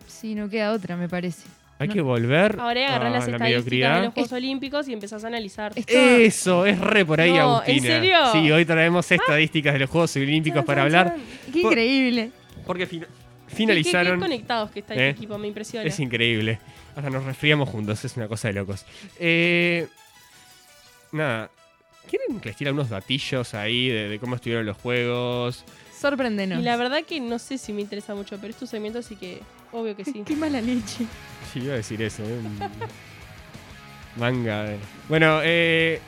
S4: Sí, no queda otra, me parece.
S2: Hay
S4: No.
S2: que volver
S3: Ahora agarrás
S2: a
S3: las
S2: Ah, la
S3: estadísticas de
S2: mediocridad.
S3: los Juegos Olímpicos y empezás a analizar.
S4: Es todo-
S2: Eso, es re por ahí,
S3: No, ¿en
S2: Agustina.
S3: serio? Ah.
S2: Sí, hoy traemos estadísticas de los Juegos Olímpicos para
S3: Chan, chan,
S2: hablar.
S3: chan.
S4: Qué
S2: Por-
S4: increíble.
S2: Porque fina-
S3: Qué- qué- qué
S2: finalizaron.
S3: conectados que está este
S2: ¿Eh?
S3: equipo, me impresiona.
S2: Es increíble. Hasta nos resfriamos juntos, es una cosa de locos. Eh, nada. ¿Quieren que les tire unos datillos ahí de, de cómo estuvieron los juegos?
S4: Sorpréndenos.
S3: Y la verdad que no sé si me interesa mucho, pero es tu segmento, así que obvio que sí.
S4: Qué mala leche.
S2: Sí, iba a decir eso, ¿eh? Un Manga. de- Bueno, eh,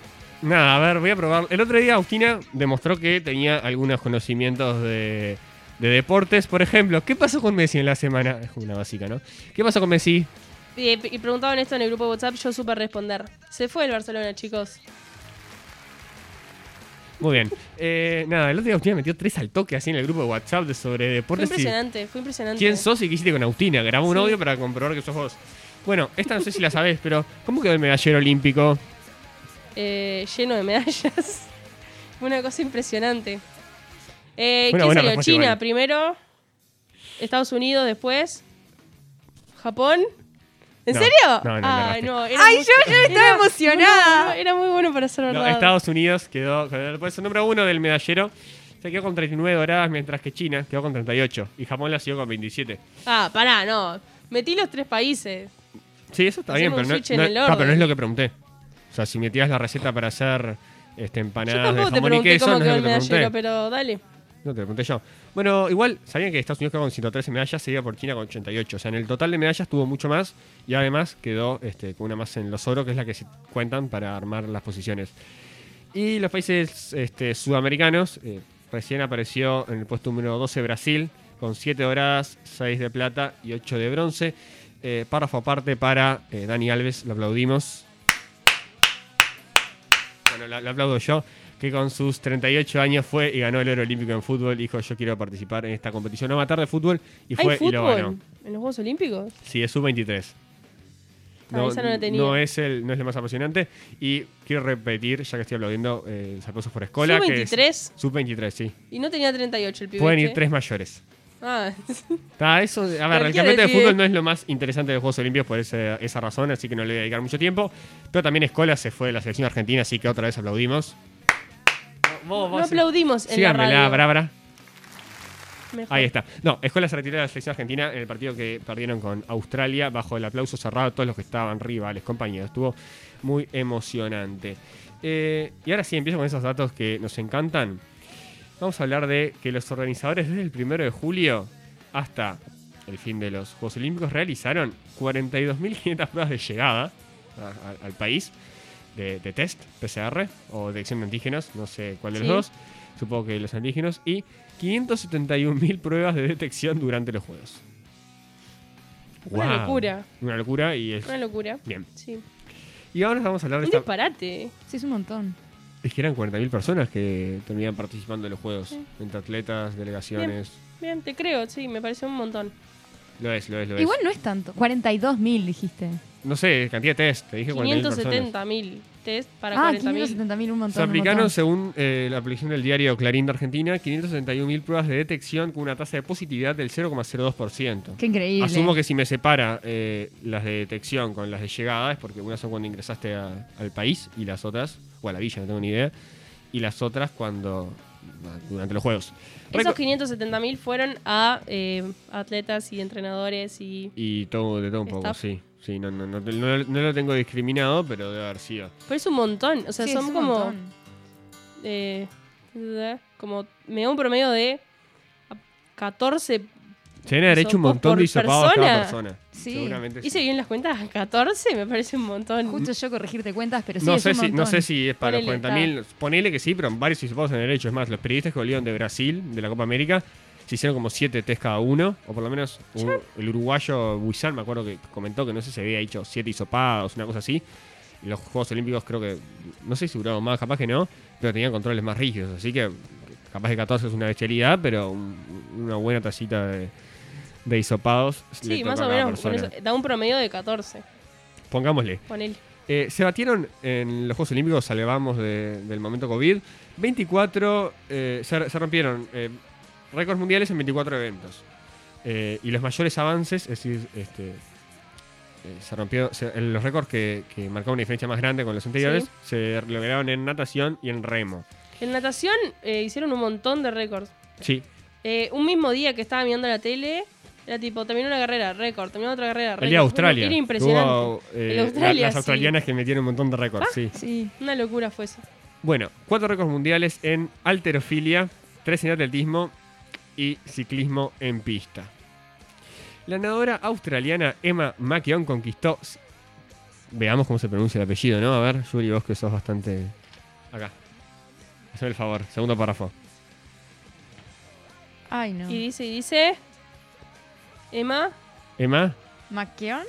S2: nada, a ver, voy a probar. El otro día Agustina demostró que tenía algunos conocimientos de, de deportes. Por ejemplo, ¿qué pasó con Messi en la semana? Es una básica, ¿no? ¿Qué pasó con Messi?
S3: Y, y preguntaban esto en el grupo de WhatsApp, yo supe responder. Se fue el Barcelona, chicos.
S2: Muy bien. Eh, nada, el otro día Agustina metió tres al toque así en el grupo de WhatsApp de sobre
S3: Fue
S2: deportes. y-
S3: impresionante, fue impresionante.
S2: ¿Quién sos y qué hiciste con Agustina? Grabó un
S3: Sí.
S2: audio para comprobar que sos vos. Bueno, esta no sé si la sabés, pero ¿cómo quedó el medallero olímpico?
S3: Eh, lleno de medallas. Fue una cosa impresionante. Eh, ¿Quién
S2: Una buena
S3: salió?
S2: respuesta,
S3: China
S2: igual.
S3: primero, Estados Unidos después, Japón. ¿En
S2: No,
S3: serio?
S2: no, no,
S3: Ay,
S2: me
S3: no. era
S4: Ay,
S3: muy-
S4: yo, yo estaba
S3: era-
S4: emocionada.
S3: Era muy bueno para ser
S2: No,
S3: verdad.
S2: Estados Unidos quedó con el número uno del medallero. Se quedó con 39 doradas, mientras que China quedó con 38. Y Japón la siguió con 27.
S3: Ah, pará, no. Metí los tres países.
S2: Sí, eso está bien,
S3: Hacemos
S2: pero
S3: un
S2: no,
S3: switch en
S2: no-
S3: el
S2: está,
S3: orden.
S2: pero no es lo que pregunté. O sea, si metías la receta para hacer este,
S3: Yo
S2: empanadas de
S3: tampoco te
S2: jamón y
S3: pregunté
S2: queso, no
S3: cómo
S2: es lo
S3: quedó
S2: que
S3: el
S2: te pregunté.
S3: medallero, pero dale.
S2: No te lo pregunté yo. Bueno, igual, sabían que Estados Unidos quedó con 113 medallas, seguida por China con 88. O sea, en el total de medallas tuvo mucho más y además quedó este, con una más en los oro, que es la que se cuentan para armar las posiciones. Y los países este, sudamericanos, eh, recién apareció en el puesto número 12 Brasil, con 7 doradas, 6 de plata y 8 de bronce. Eh, párrafo aparte para eh, Dani Alves, lo aplaudimos. Bueno, la- lo aplaudo yo, que con sus 38 años fue y ganó el oro olímpico en fútbol. Dijo, yo quiero participar en esta competición. No matar de fútbol y
S3: ¿Hay
S2: fue y lo ganó.
S3: fútbol en los Juegos Olímpicos?
S2: Sí, es sub-23.
S3: Ah, esa no la tenía.
S2: es el, no es lo más apasionante. Y quiero repetir, ya que estoy aplaudiendo, eh, los aplausos por Escola. que es-
S3: ¿Sub-23?
S2: Sub-23, sí.
S3: Y no tenía 38 el pibe.
S2: Pueden ir
S3: che.
S2: tres mayores.
S3: Ah,
S2: Está, eso, a ver, el
S3: Cualquiera
S2: campeonato de
S3: decide.
S2: fútbol no es lo más interesante de los Juegos Olímpicos por ese- esa razón, así que no le voy a dedicar mucho tiempo. Pero también Escola se fue de la selección argentina, así que otra vez aplaudimos. Vos-
S3: no
S2: vos-
S3: aplaudimos en la
S2: Síganmela,
S3: radio.
S2: Brabra.
S3: Mejor.
S2: Ahí está. No, Escuela se retiró de la selección argentina en el partido que perdieron con Australia bajo el aplauso cerrado de todos los que estaban rivales, compañeros. Estuvo muy emocionante. Eh, y ahora sí, empiezo con esos datos que nos encantan. Vamos a hablar de que los organizadores desde el 1 de julio hasta el fin de los Juegos Olímpicos realizaron 42.500 pruebas de llegada a- a- al país de, de test, PCR o detección de antígenos, no sé cuál de los
S3: Sí.
S2: dos, supongo que los antígenos, y 571.000 pruebas de detección durante los Juegos.
S3: Una
S2: Guau.
S3: locura.
S2: Una locura y es...
S3: Una locura.
S2: Bien.
S3: Sí.
S2: Y ahora vamos a hablar de
S3: Un
S2: esta...
S3: disparate.
S4: Sí, es un montón.
S2: Es que eran 40.000 personas que terminaban participando de los Juegos, entre atletas, delegaciones...
S3: Bien, te creo, sí, me parece un montón.
S2: Lo es, lo es, lo es.
S4: Igual no es tanto. 42.000 dijiste.
S2: No sé, cantidad de test, te dije 40.000 personas.
S3: 570.000 test para
S4: Ah,
S3: 40.000.
S4: 570.000, un montón.
S2: Se
S4: un
S2: aplicaron,
S4: montón.
S2: según eh, la aplicación del diario Clarín de Argentina, 571.000 pruebas de detección con una tasa de positividad del 0,02%.
S4: Qué increíble.
S2: Asumo que si me separa eh, las de detección con las de llegada es porque unas son cuando ingresaste a- al país y las otras, o a la villa, no tengo ni idea, y las otras cuando durante los juegos.
S3: Esos
S2: Reco-
S3: 570.000 fueron a eh, atletas y entrenadores y...
S2: Y todo, de todo un poco,
S3: Staff.
S2: sí. Sí, no, no, no, no- no lo tengo discriminado, pero debe haber sido.
S3: Pero es un montón. O sea,
S4: Sí, es
S3: son
S4: un
S3: como...
S4: montón.
S3: eh, como... Me da un promedio de 14...
S2: Se deben haber hecho un
S3: Hisopos
S2: montón
S3: por
S2: de hisopados a cada
S3: persona.
S2: persona.
S4: Sí.
S2: Seguramente sí.
S3: Hice bien las cuentas. 14 me parece un montón.
S4: Justo yo corregirte cuentas, pero sí
S2: no,
S4: es
S2: sé
S4: un
S2: si, no
S4: montón.
S2: sé si es para
S3: Ponele,
S2: los 40.000. Ponele que sí, pero varios hisopados en el hecho. Es más, los periodistas que volvieron de Brasil, de la Copa América, se hicieron como siete test cada uno. O por lo menos un- el uruguayo Buizán, me acuerdo que comentó que no sé si había hecho siete hisopados, una cosa así. Y los Juegos Olímpicos creo que, no sé si duraron más, capaz que no, pero tenían controles más rígidos. Así que capaz que 14 es una bestialidad, pero un- una buena tacita de, de hisopados. le
S3: Sí,
S2: toca
S3: más
S2: a
S3: o
S2: cada
S3: menos. por
S2: persona.
S3: eso- da un promedio de 14.
S2: Pongámosle.
S3: Ponele.
S2: Eh, se batieron en los Juegos Olímpicos, salvamos de- del momento COVID. 24, eh, se, se rompieron eh, récords mundiales en 24 eventos. Eh, y los mayores avances, es decir, este, eh, se rompieron se- en los récords que, que marcaban una diferencia más grande con los anteriores,
S3: Sí.
S2: se lograron en natación y en remo.
S3: En natación eh, hicieron un montón de récords.
S2: Sí,
S3: Eh, un mismo día que estaba mirando la tele, era tipo, terminó una carrera, récord, terminó otra carrera, récord.
S2: el día de Australia.
S3: Era impresionante.
S2: Hubo, eh,
S3: El
S2: la-
S3: Australia,
S2: las
S3: sí. Ah.
S2: australianas que metieron un montón de récords, sí.
S4: Sí.
S3: Una locura fue eso.
S2: Bueno, cuatro récords mundiales en alterofilia, tres en atletismo y ciclismo en pista. La nadadora australiana Emma McKeon conquistó. Veamos cómo se pronuncia el apellido, ¿no? A ver, Yuri, vos que sos bastante. Acá. Hazme el favor, segundo párrafo.
S4: Ay, no.
S3: Y dice, y dice, Emma
S2: Emma,
S4: ¿Maquión?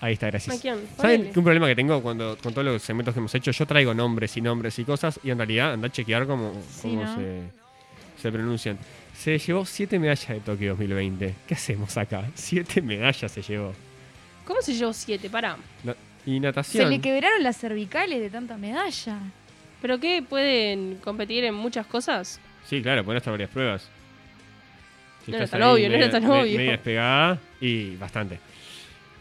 S2: ahí está, gracias.
S3: McKeon.
S2: ¿Saben
S3: ponele.
S2: que un problema que tengo cuando, con todos los segmentos que hemos hecho? Yo traigo nombres y nombres y cosas y en realidad anda a chequear cómo,
S4: Sí,
S2: cómo
S4: ¿no?
S2: se, se pronuncian. Se llevó siete medallas de Tokio 2020. ¿Qué hacemos acá? Siete medallas se llevó.
S3: ¿Cómo se llevó siete? Pará.
S2: Na- y
S4: Se
S2: natación.
S4: le quebraron las cervicales de tanta medalla.
S3: ¿Pero qué? ¿Pueden competir en muchas cosas?
S2: Sí, claro, poner hasta varias pruebas. Si
S3: No era
S2: estás
S3: tan
S2: ahí
S3: obvio, no era tan obvio.
S2: Media despegada y bastante.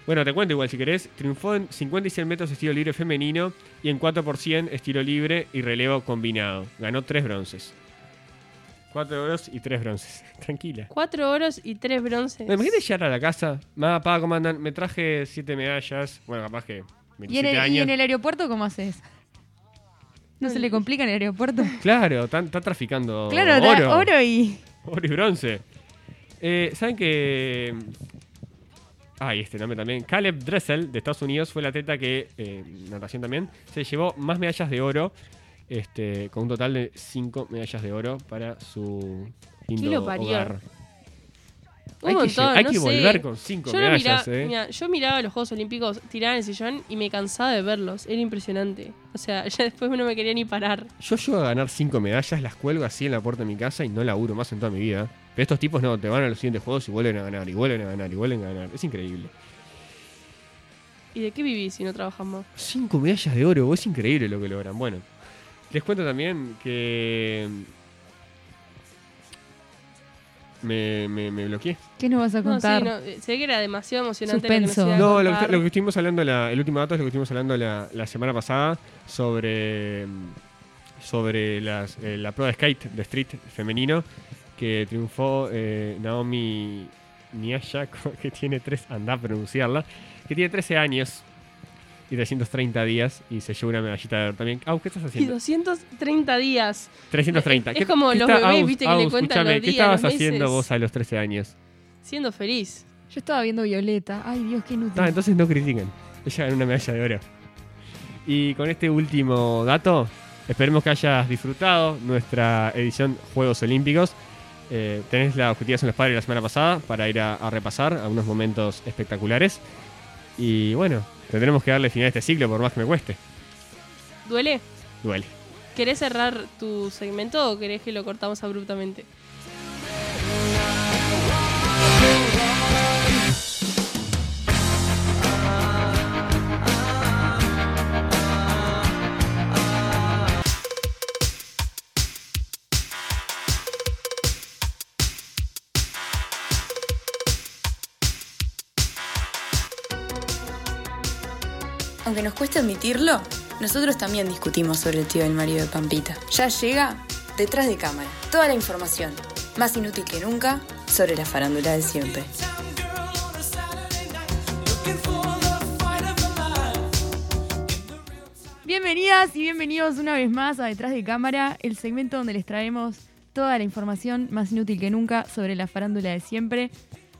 S2: Bueno, te cuento igual si querés. Triunfó en 50 y 100 metros estilo libre femenino y en 4 por 100 estilo libre y relevo combinado. Ganó 3 bronces. 4 oros y 3 bronces. Tranquila.
S3: Cuatro oros y tres bronces.
S2: No, imagínate llegar a la casa. Mamá, papá, ¿cómo andan? Me traje 7 medallas. Bueno, capaz que
S4: ¿Y en,
S2: 27
S4: el,
S2: años.
S4: ¿Y en el aeropuerto cómo haces? ¿No se le complica en el aeropuerto?
S2: Claro, tan- está traficando
S4: Claro, tra-
S2: oro.
S4: oro y...
S2: Oro y bronce. Eh, ¿Saben que.? Ay, este nombre también. Caleb Dressel, de Estados Unidos, fue la atleta que, eh, natación también, se llevó más medallas de oro, este, con un total de 5 medallas de oro para su
S3: ¿Quién
S2: lindo
S3: lo parió?
S2: hogar.
S3: Un
S2: hay que,
S3: montón,
S2: lle- hay
S3: no
S2: que
S3: sé.
S2: volver con 5
S3: Yo, no miraba,
S2: medallas, eh.
S3: mirá, yo miraba los Juegos Olímpicos tirada en el sillón y me cansaba de verlos. Era impresionante. O sea, ya después no me quería ni parar.
S2: Yo llego a ganar 5 medallas, las cuelgo así en la puerta de mi casa y no laburo más en toda mi vida. Pero estos tipos no, te van a los siguientes juegos y vuelven a ganar, y vuelven a ganar, y vuelven a ganar. Es increíble.
S3: ¿Y de qué vivís si no trabajas más?
S2: Cinco medallas de oro, es increíble lo que logran. Bueno, les cuento también que. Me, me, me bloqueé.
S4: ¿Qué nos vas a
S3: No, sí,
S4: contar?
S3: no, eh, se ve que era demasiado emocionante.
S4: Suspenso.
S3: Lo que nos iba a
S2: No, lo que,
S3: contar.
S2: lo que estuvimos hablando, la- el último dato es lo que estuvimos hablando la, la semana pasada sobre, sobre las, eh, la prueba de skate de street femenino que triunfó eh, Naomi Niasha, que tiene tres, anda a pronunciarla, que tiene 13 años y 330 días y se llevó una medallita de oro también. Au, ¿qué estás
S3: Y
S2: haciendo?
S3: 230 días.
S2: 330.
S3: Es
S2: ¿Qué-
S3: como
S2: qué
S3: los
S2: está-
S3: bebés,
S2: Agus,
S3: viste, que le
S2: Agus,
S3: cuentan los
S2: escúchame, ¿Qué
S3: días,
S2: estabas
S3: los
S2: haciendo
S3: meses?
S2: vos a los 13 años?
S3: Siendo feliz.
S4: Yo estaba viendo Violeta. Ay, Dios, qué inútil.
S2: Ah, entonces no critiquen. Ella ganó una medalla de oro. Y con este último dato, esperemos que hayas disfrutado nuestra edición Juegos Olímpicos. Eh, tenés la objetiva en los padres la semana pasada para ir a, a repasar algunos momentos espectaculares. Y bueno, tendremos que darle fin a este ciclo, por más que me cueste.
S3: ¿Duele?
S2: Duele.
S3: ¿Querés cerrar tu segmento o querés que lo cortamos abruptamente?
S6: Aunque nos cueste admitirlo, nosotros también discutimos sobre el tío del marido de Pampita. Ya llega Detrás de cámara, toda la información, más inútil que nunca, sobre la farándula de siempre.
S4: Bienvenidas y bienvenidos una vez más a Detrás de Cámara, el segmento donde les traemos toda la información más inútil que nunca sobre la farándula de siempre.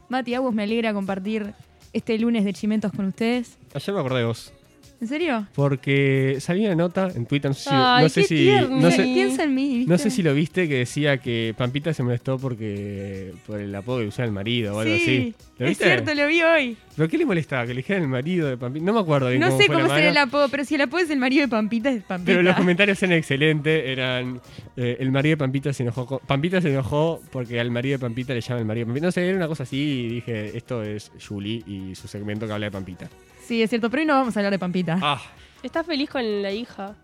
S4: Mati Aguas, me alegra compartir este lunes de Chimentos con ustedes.
S2: Ayer me acordé de vos.
S4: ¿En serio?
S2: Porque salió una nota en Twitter, no sé si,
S3: Ay,
S2: no sé
S3: qué
S2: si-
S3: tierno.
S2: no sé-
S3: Sí.
S4: Piensa en mí. ¿viste?
S2: no sé si lo viste, que decía que Pampita se molestó porque por el apodo que usaba el marido o algo
S4: Sí,
S2: así. ¿Lo
S4: es
S2: viste?
S4: cierto, lo vi hoy.
S2: ¿Pero qué le molestaba? Que le dijeran el marido de Pampita. No me acuerdo bien
S4: No sé
S2: fue la
S4: cómo será el
S2: mano,
S4: apodo, pero si el apodo es el marido de Pampita, es Pampita.
S2: Pero los comentarios eran excelentes. Eran. eh, el marido de Pampita se enojó. con- Pampita se enojó porque al marido de Pampita le llaman el marido de Pampita. No sé, era una cosa así y dije: Esto es Julie y su segmento que habla de Pampita.
S4: Sí, es cierto, pero hoy no vamos a hablar de Pampita.
S2: Ah,
S3: Estás feliz con la hija.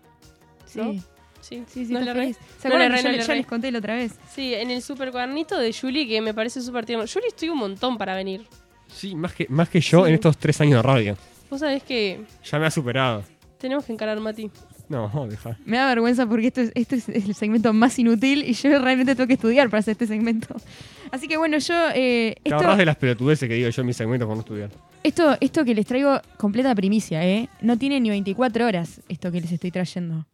S4: sí.
S3: ¿no? Sí,
S4: Sí, sí,
S3: ¿No
S4: está
S3: le erré?
S4: feliz. ¿Se
S3: No le
S4: acuerdan
S3: erré,
S4: que yo
S3: no
S4: le-
S3: le
S4: ya
S3: erré.
S4: les conté la otra vez?
S3: Sí, en el super cuadernito de Julie que me parece súper tierno. Julie estudió un montón para venir.
S2: sí, más que, más que yo en estos tres años de radio.
S3: Vos sabés que
S2: Ya me ha superado.
S3: tenemos que encarar, Mati.
S2: No, deja.
S4: Me da vergüenza porque esto es, este es el segmento más inútil y yo realmente tengo que estudiar para hacer este segmento. Así que bueno, yo... eh,
S2: Te
S4: esto,
S2: ahorras de las pelotudeces que digo yo en mis segmentos cuando estudiar.
S4: esto, esto que les traigo, completa primicia, ¿eh? No tiene ni 24 horas esto que les estoy trayendo.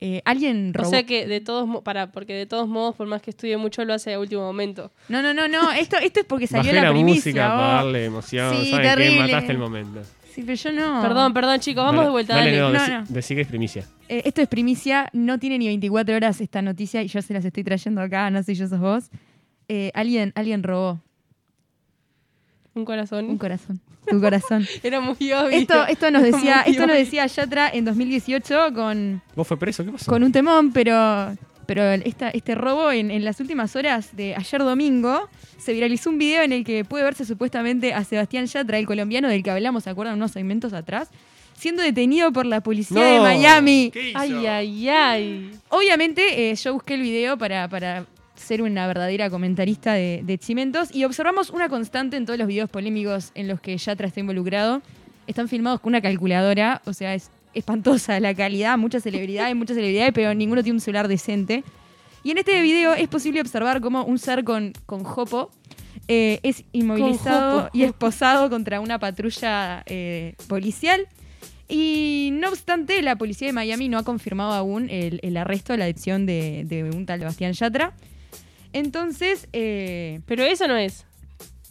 S4: Eh, alguien robó...
S3: O sea que de todos modos, para, porque de todos modos, por más que estudie mucho, lo hace a último momento.
S4: No, no, no, no. Esto, esto es porque salió
S2: Bajé la,
S4: la
S2: música
S4: primicia. oh.
S2: para darle emoción.
S4: Sí,
S2: ¿Saben qué?
S4: terrible.
S2: Mataste el momento.
S4: Sí, pero yo no...
S3: Perdón, perdón, chicos, vamos
S2: Dale-
S3: de vuelta, dale.
S2: Dale, Leo,
S4: No,
S2: decí-
S4: no.
S2: decí que es primicia.
S4: Eh, esto es primicia, no tiene ni 24 horas esta noticia y yo se las estoy trayendo acá, no sé si yo sos vos. Eh, alguien, alguien robó
S3: Un corazón.
S4: un corazón, tu corazón.
S3: Era muy obvio.
S4: Esto, esto nos
S3: Era muy
S4: decía, esto nos
S3: obvio.
S4: decía Yatra en 2018 con,
S2: ¿Vos fue preso? ¿Qué pasó?
S4: con un temón, pero, pero esta- este robo en, en las últimas horas de ayer domingo se viralizó un video en el que puede verse supuestamente a Sebastián Yatra, el colombiano del que hablamos, ¿se acuerdan? Unos segmentos atrás, siendo detenido por la policía de
S2: No.
S4: Miami.
S2: ¿Qué hizo?
S3: Ay, ay, ay.
S4: Obviamente, eh, yo busqué el video para, para ser una verdadera comentarista de, de Chimentos y observamos una constante en todos los videos polémicos en los que Yatra está involucrado. Están filmados con una calculadora, o sea, es espantosa la calidad, muchas celebridades, muchas celebridades, pero ninguno tiene un celular decente. Y en este video es posible observar cómo un ser con, con jopo eh, es inmovilizado
S3: jopo.
S4: y esposado contra una patrulla eh, policial. Y no obstante, la policía de Miami no ha confirmado aún el, el arresto, la detención de, de un tal Bastián Yatra. Entonces, eh,
S3: Pero eso no es.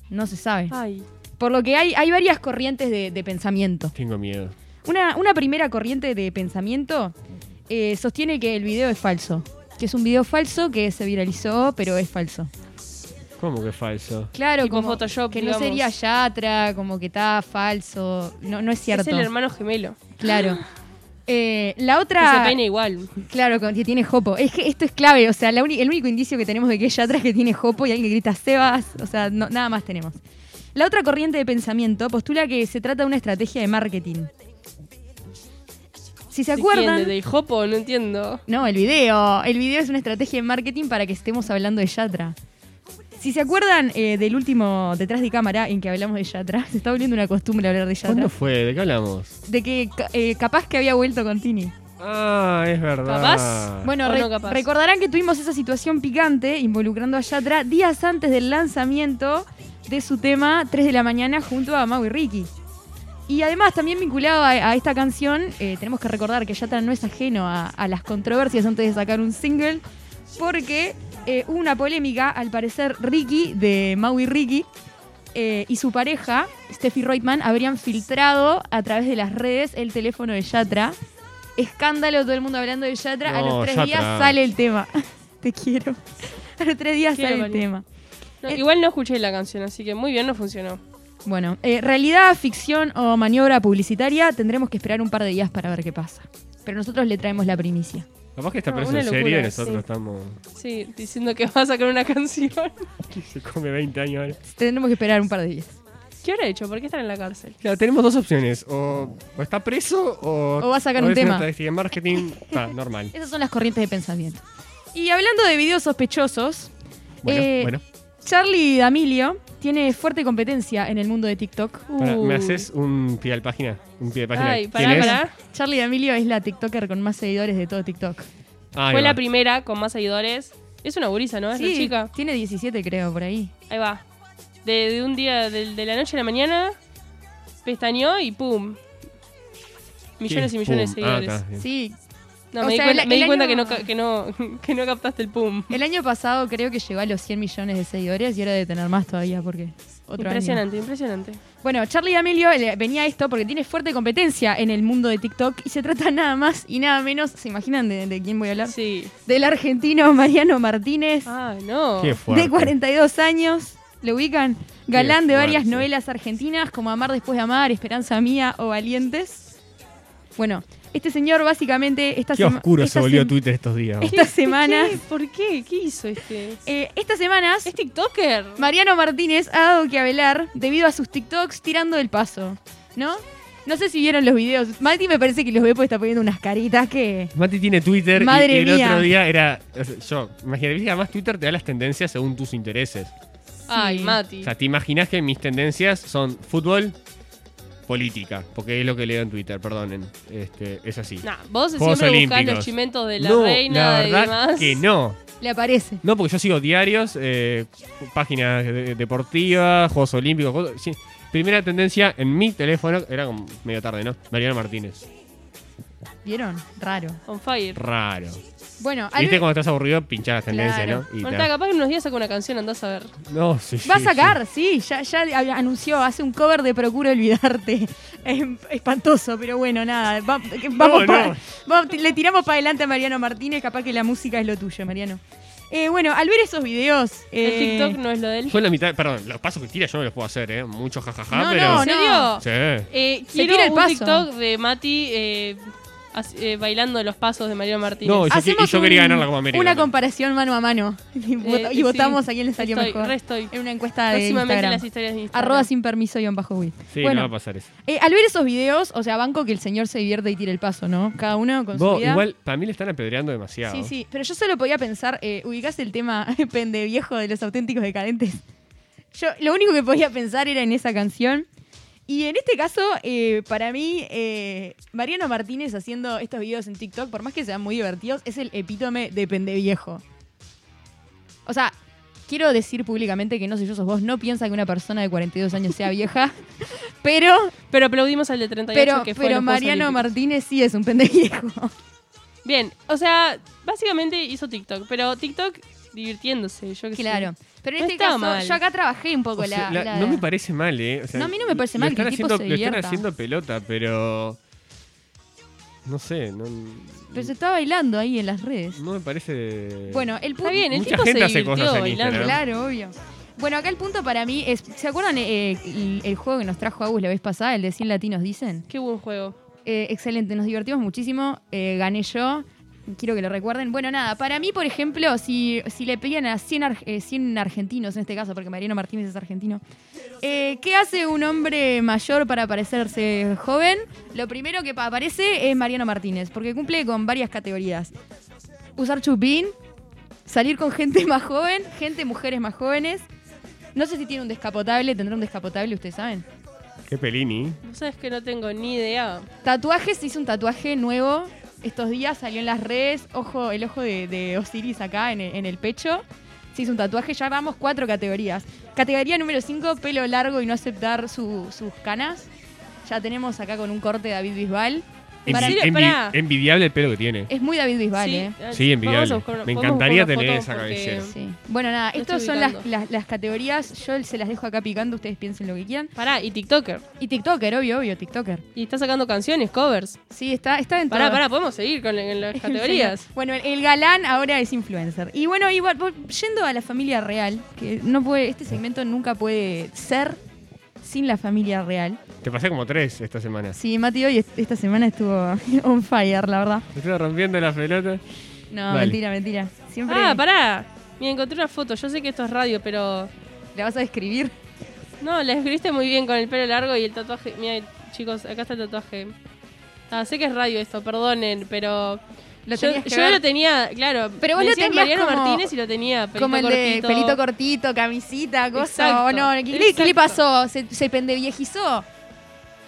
S4: no se sabe.
S3: Ay.
S4: Por lo que hay, hay varias corrientes de, de pensamiento.
S2: Tengo miedo.
S4: Una, una primera corriente de pensamiento eh, sostiene que el video es falso. Que es un video falso que se viralizó, pero es falso.
S2: ¿Cómo que falso?
S4: Claro,
S3: Tipo
S4: como
S3: Photoshop,
S4: que
S3: digamos.
S4: no sería Yatra, como que está falso. No, no es cierto.
S3: Es el hermano gemelo.
S4: Claro. Eh, la
S3: Que
S4: otra.
S3: se peina igual.
S4: Claro, con- que tiene jopo. Es que esto es clave, o sea, la uni- el único indicio que tenemos de que ella atrás que tiene jopo y alguien que grita Sebas, o sea, no- nada más tenemos. La otra corriente de pensamiento postula que se trata de una estrategia de marketing. Si se
S3: ¿De quién?
S4: acuerdan...
S3: ¿De- ¿Del Jopo? No entiendo.
S4: No, el video. El video es una estrategia de marketing para que estemos hablando de Yatra. Si se acuerdan eh, del último detrás de cámara en que hablamos de Yatra, se está volviendo una costumbre hablar de Yatra.
S2: ¿Cuándo fue? ¿De qué hablamos?
S4: De que ca- eh, capaz que había vuelto con Tini.
S2: Ah, es verdad.
S3: Capaz.
S4: Bueno,
S3: O
S4: re-
S3: no capaz.
S4: recordarán que tuvimos esa situación picante involucrando a Yatra días antes del lanzamiento de su tema 3 de la mañana junto a Mau y Ricky. Y además, también vinculado a, a esta canción, eh, tenemos que recordar que Yatra no es ajeno a, a las controversias antes de sacar un single, porque eh, hubo una polémica, al parecer Ricky, de Mau y Ricky, eh, y su pareja, Steffi Reutemann, habrían filtrado a través de las redes el teléfono de Yatra. Escándalo, todo el mundo hablando de Yatra. a
S2: No,
S4: los tres
S2: Yatra.
S4: días sale el tema. Te quiero. A los tres días
S3: Quiero,
S4: sale el
S3: María.
S4: tema.
S3: No,
S4: Eh.
S3: igual no escuché la canción, así que muy bien no funcionó.
S4: Bueno, eh, realidad, ficción o maniobra publicitaria, tendremos que esperar un par de días para ver qué pasa. Pero nosotros le traemos la primicia.
S2: Capaz que está
S3: No,
S2: preso
S3: Ah, una
S2: en serio
S3: locura,
S2: y nosotros
S3: sí.
S2: estamos.
S3: Sí, diciendo que va a sacar una canción.
S2: Se come 20 años ahora.
S4: Tendremos que esperar un par de días.
S3: ¿Qué habrá hecho? ¿Por qué estar en la cárcel?
S2: Claro, tenemos dos opciones. O, o está preso o.
S4: O va a sacar un
S2: es una
S4: tema.
S2: estrategia de marketing. Está, normal.
S4: Esas son las corrientes de pensamiento. Y hablando de videos sospechosos,
S2: Bueno,
S4: Eh,
S2: bueno.
S4: Charlie D'Amelio tiene fuerte competencia en el mundo de TikTok.
S2: Pará, ¿Me
S3: Uy.
S2: haces un pie al página? Un pie de página.
S3: uh. Ay,
S2: ¿Quién
S3: pará,
S2: es?
S3: pará.
S4: Charlie D'Amelio es la TikToker con más seguidores de todo TikTok.
S2: Ahí
S3: Fue
S2: va.
S3: la primera con más seguidores. Es una gurisa, ¿no? Es una
S4: Sí,
S3: chica.
S4: tiene 17 creo por ahí.
S3: Ahí va. De, de un día, de, de la noche a la mañana, pestañó y ¡pum! Millones
S2: Sí,
S3: y millones de
S2: pum. Ah,
S3: seguidores.
S2: está, bien.
S4: Sí,
S3: No,
S4: O
S3: me
S4: sea,
S3: di cuenta,
S4: el-
S3: me di
S4: el
S3: cuenta
S4: año-
S3: que, no, ca- que, no, que no captaste el pum.
S4: el año pasado creo que llegó a los 100 millones de seguidores y ahora de tener más todavía porque otro año.
S3: impresionante, impresionante.
S4: Bueno, Charlie D'Amelio le venía esto porque tiene fuerte competencia en el mundo de TikTok y se trata nada más y nada menos, ¿se imaginan de, de quién voy a hablar?
S3: Sí.
S4: Del argentino Mariano Martínez,
S3: Ah, no.
S2: Qué
S4: de
S2: fuerte.
S4: 42 años. ¿Lo ubican? Galán de varias
S2: fuerte.
S4: novelas argentinas como Amar después de amar, Esperanza mía o Valientes. Bueno, este señor básicamente esta
S2: Qué
S4: sema-
S2: oscuro se
S4: esta
S2: volvió
S4: sem-
S2: Twitter estos días. ¿no?
S4: Esta semana,
S3: ¿Qué? ¿Por qué? ¿Qué hizo este?
S4: eh, estas semanas,
S3: ¿Es TikToker?
S4: Mariano Martínez ha dado que hablar debido a sus TikToks tirando del paso, ¿no? No sé si vieron los videos. Mati me parece que los ve porque está poniendo unas caritas que...
S2: Mati tiene Twitter y-
S4: Madre
S2: y el
S4: mía.
S2: otro día era. o sea, Yo, imagínate, viste que además Twitter te da las tendencias según tus intereses.
S3: Ay,
S4: Sí.
S3: Mati.
S2: O sea, te imaginas que mis tendencias son fútbol, política, porque es lo que leo en Twitter, perdonen. Este, es así.
S3: Nah, vos
S2: Juegos
S3: siempre buscás
S2: Olímpicos.
S3: los chimentos de la
S2: No,
S3: reina
S2: la
S3: y
S2: verdad
S3: demás.
S2: que no.
S4: Le aparece.
S2: No, porque yo sigo diarios, eh, páginas de- deportivas, Juegos Olímpicos. cosas- sí. Primera tendencia en mi teléfono, era como medio tarde, ¿no? Mariano Martínez.
S4: ¿Vieron? Raro.
S3: On fire.
S2: Raro.
S4: Bueno,
S2: Viste
S4: Albert
S2: cuando estás aburrido, pinchar las tendencias,
S4: Claro.
S2: ¿no? Y
S3: Bueno,
S2: ta.
S3: está, capaz que en unos días saca una canción, andás a ver.
S2: No, sí,
S4: va a
S2: sí,
S4: sacar, sí. ya, ya anunció, hace un cover de Procuro Olvidarte. Es espantoso, pero bueno, nada. va- vamos
S2: No,
S4: pa-
S2: no.
S4: va- le tiramos para adelante a Mariano Martínez, capaz que la música es lo tuyo, Mariano. Eh, bueno, al ver esos videos...
S3: El
S4: eh,
S3: TikTok no es lo de
S2: sí.
S3: él.
S2: Yo en la mitad, perdón, los pasos que tira yo no los puedo hacer, ¿eh? Mucho jajaja,
S4: No,
S2: pero.
S3: ¿En serio?
S2: Sí.
S3: Eh,
S4: Se
S3: quiero
S4: tira el
S3: un
S4: paso.
S3: TikTok de Mati eh, as- eh, bailando los pasos de María Martínez.
S2: No, yo-
S4: Hacemos
S2: y quería ganar la Copa América
S4: Una
S2: también.
S4: comparación mano a mano. Y, vota- y
S3: Eh, sí.
S4: votamos a quién le salió
S3: Estoy,
S4: mejor.
S3: re estoy.
S4: En una encuesta de
S3: Próximamente
S4: Instagram.
S3: las historias de Instagram.
S4: Arroba sin permiso y bajo Wii.
S2: Sí, no pues. va a pasar eso.
S4: Eh, al ver esos videos, o sea, banco que el señor se divierte y tire el paso, ¿no? Cada uno con
S2: Vos,
S4: su vida.
S2: igual, para mí le están apedreando demasiado.
S4: Sí, sí, pero yo solo podía pensar, eh, ubicás el tema pendeviejo de los auténticos decadentes. Yo lo único que podía pensar era en esa canción. Y en este caso, eh, para mí, eh, Mariano Martínez haciendo estos videos en TikTok, por más que sean muy divertidos, es el epítome de pendeviejo. O sea, quiero decir públicamente que no sé yo sos vos, no piensa que una persona de 42 años sea vieja, pero,
S3: Pero aplaudimos al de 38
S4: pero,
S3: que fue
S4: pero
S3: los Juegos
S4: Mariano
S3: Olímpicos.
S4: Martínez sí es un pendeviejo.
S3: Bien, o sea, básicamente hizo TikTok, pero TikTok divirtiéndose, yo que
S4: Claro. Pero en
S3: No
S4: este
S3: está
S4: caso,
S3: mal.
S4: yo acá trabajé un poco
S2: O sea,
S4: la,
S2: la-
S4: la-
S2: No me parece mal, ¿eh? O sea,
S4: No, a mí no me parece mal
S2: lo
S4: que el
S2: están
S4: tipo
S2: haciendo,
S4: se
S2: lo están
S4: divierta.
S2: haciendo pelota, pero. No sé, no,
S4: Pero se está bailando ahí en las redes.
S2: no me parece.
S4: Pues Bueno, el punto.
S3: Está bien, el
S2: Mucha
S3: tipo
S2: gente
S3: se
S2: hace
S3: divirtió
S2: cosas en
S3: bailando.
S2: Instagram.
S4: Claro, obvio. Bueno, acá el punto para mí es. ¿Se acuerdan eh, el, el juego que nos trajo Agus la vez pasada, el de 100 latinos dicen?
S3: Qué buen juego.
S4: Eh, excelente, nos divertimos muchísimo. eh, gané yo. Quiero que lo recuerden. Bueno, nada, para mí, por ejemplo, si, si le pedían a 100, ar- eh, 100 argentinos, en este caso, porque Mariano Martínez es argentino, eh, ¿qué hace un hombre mayor para parecerse joven? Lo primero que pa- aparece es Mariano Martínez, porque cumple con varias categorías. Usar chupín, salir con gente más joven, gente, mujeres más jóvenes. No sé si tiene un descapotable, tendrá un descapotable, ustedes saben.
S2: Qué pelini.
S3: Vos sabés que no tengo ni idea.
S4: Tatuajes, hice un tatuaje nuevo. Estos días salió en las redes. Ojo, el ojo de, de Osiris acá en el, en el pecho. Se hizo un tatuaje, ya vamos cuatro categorías. Categoría número 5, pelo largo y no aceptar su- sus canas. Ya tenemos acá con un corte de David Bisbal.
S2: Envi-
S4: Para-
S3: serio?
S2: envi-
S3: Pará.
S2: envidiable el pelo que tiene.
S4: es muy David Bisbal,
S3: Sí,
S4: ¿eh?
S3: ah,
S2: Sí, envidiable.
S3: vamos a buscar-
S2: Me
S3: podemos
S2: encantaría
S3: buscar una
S2: tener
S3: foto
S2: esa
S3: porque-
S2: cabellera.
S4: Sí. Bueno, nada,
S3: Lo
S4: estas
S3: estoy
S4: son las,
S3: ubicando.
S4: las- las categorías. Yo se las dejo acá picando, ustedes piensen lo que quieran.
S3: Pará, y TikToker.
S4: Y TikToker, obvio, obvio, TikToker.
S3: Y está sacando canciones, covers.
S4: Sí, está, está en
S3: Pará,
S4: todo.
S3: pará, podemos seguir con en las categorías.
S4: Bueno, el, el galán ahora es influencer. Y bueno, igual, vol- yendo a la familia real, que no puede, este segmento nunca puede ser sin la familia real.
S2: Te pasé como tres esta semana.
S4: Sí, Mati hoy est- esta semana estuvo on fire, la verdad.
S2: Me estoy rompiendo la pelota.
S4: No,
S2: Vale.
S4: mentira, mentira. Siempre
S3: Ah, pará. Mira, encontré una foto. Yo sé que esto es radio, pero.
S4: la vas a describir.
S3: No, la escribiste muy bien con el pelo largo y el tatuaje. Mira, chicos, acá está el tatuaje. Ah, sé que es radio esto, perdonen, pero.
S4: Lo
S3: yo
S4: tenías que
S3: yo
S4: ver.
S3: lo tenía, claro.
S4: Pero vos
S3: me
S4: lo
S3: decían
S4: tenías
S3: Mariano
S4: como-
S3: Martínez y lo tenía, pelito
S4: Como el
S3: cortito.
S4: de pelito cortito, camisita, cosa.
S3: Exacto,
S4: o no, ¿qué, le- qué le
S3: exacto.
S4: pasó? ¿Se, se pendeviejizó?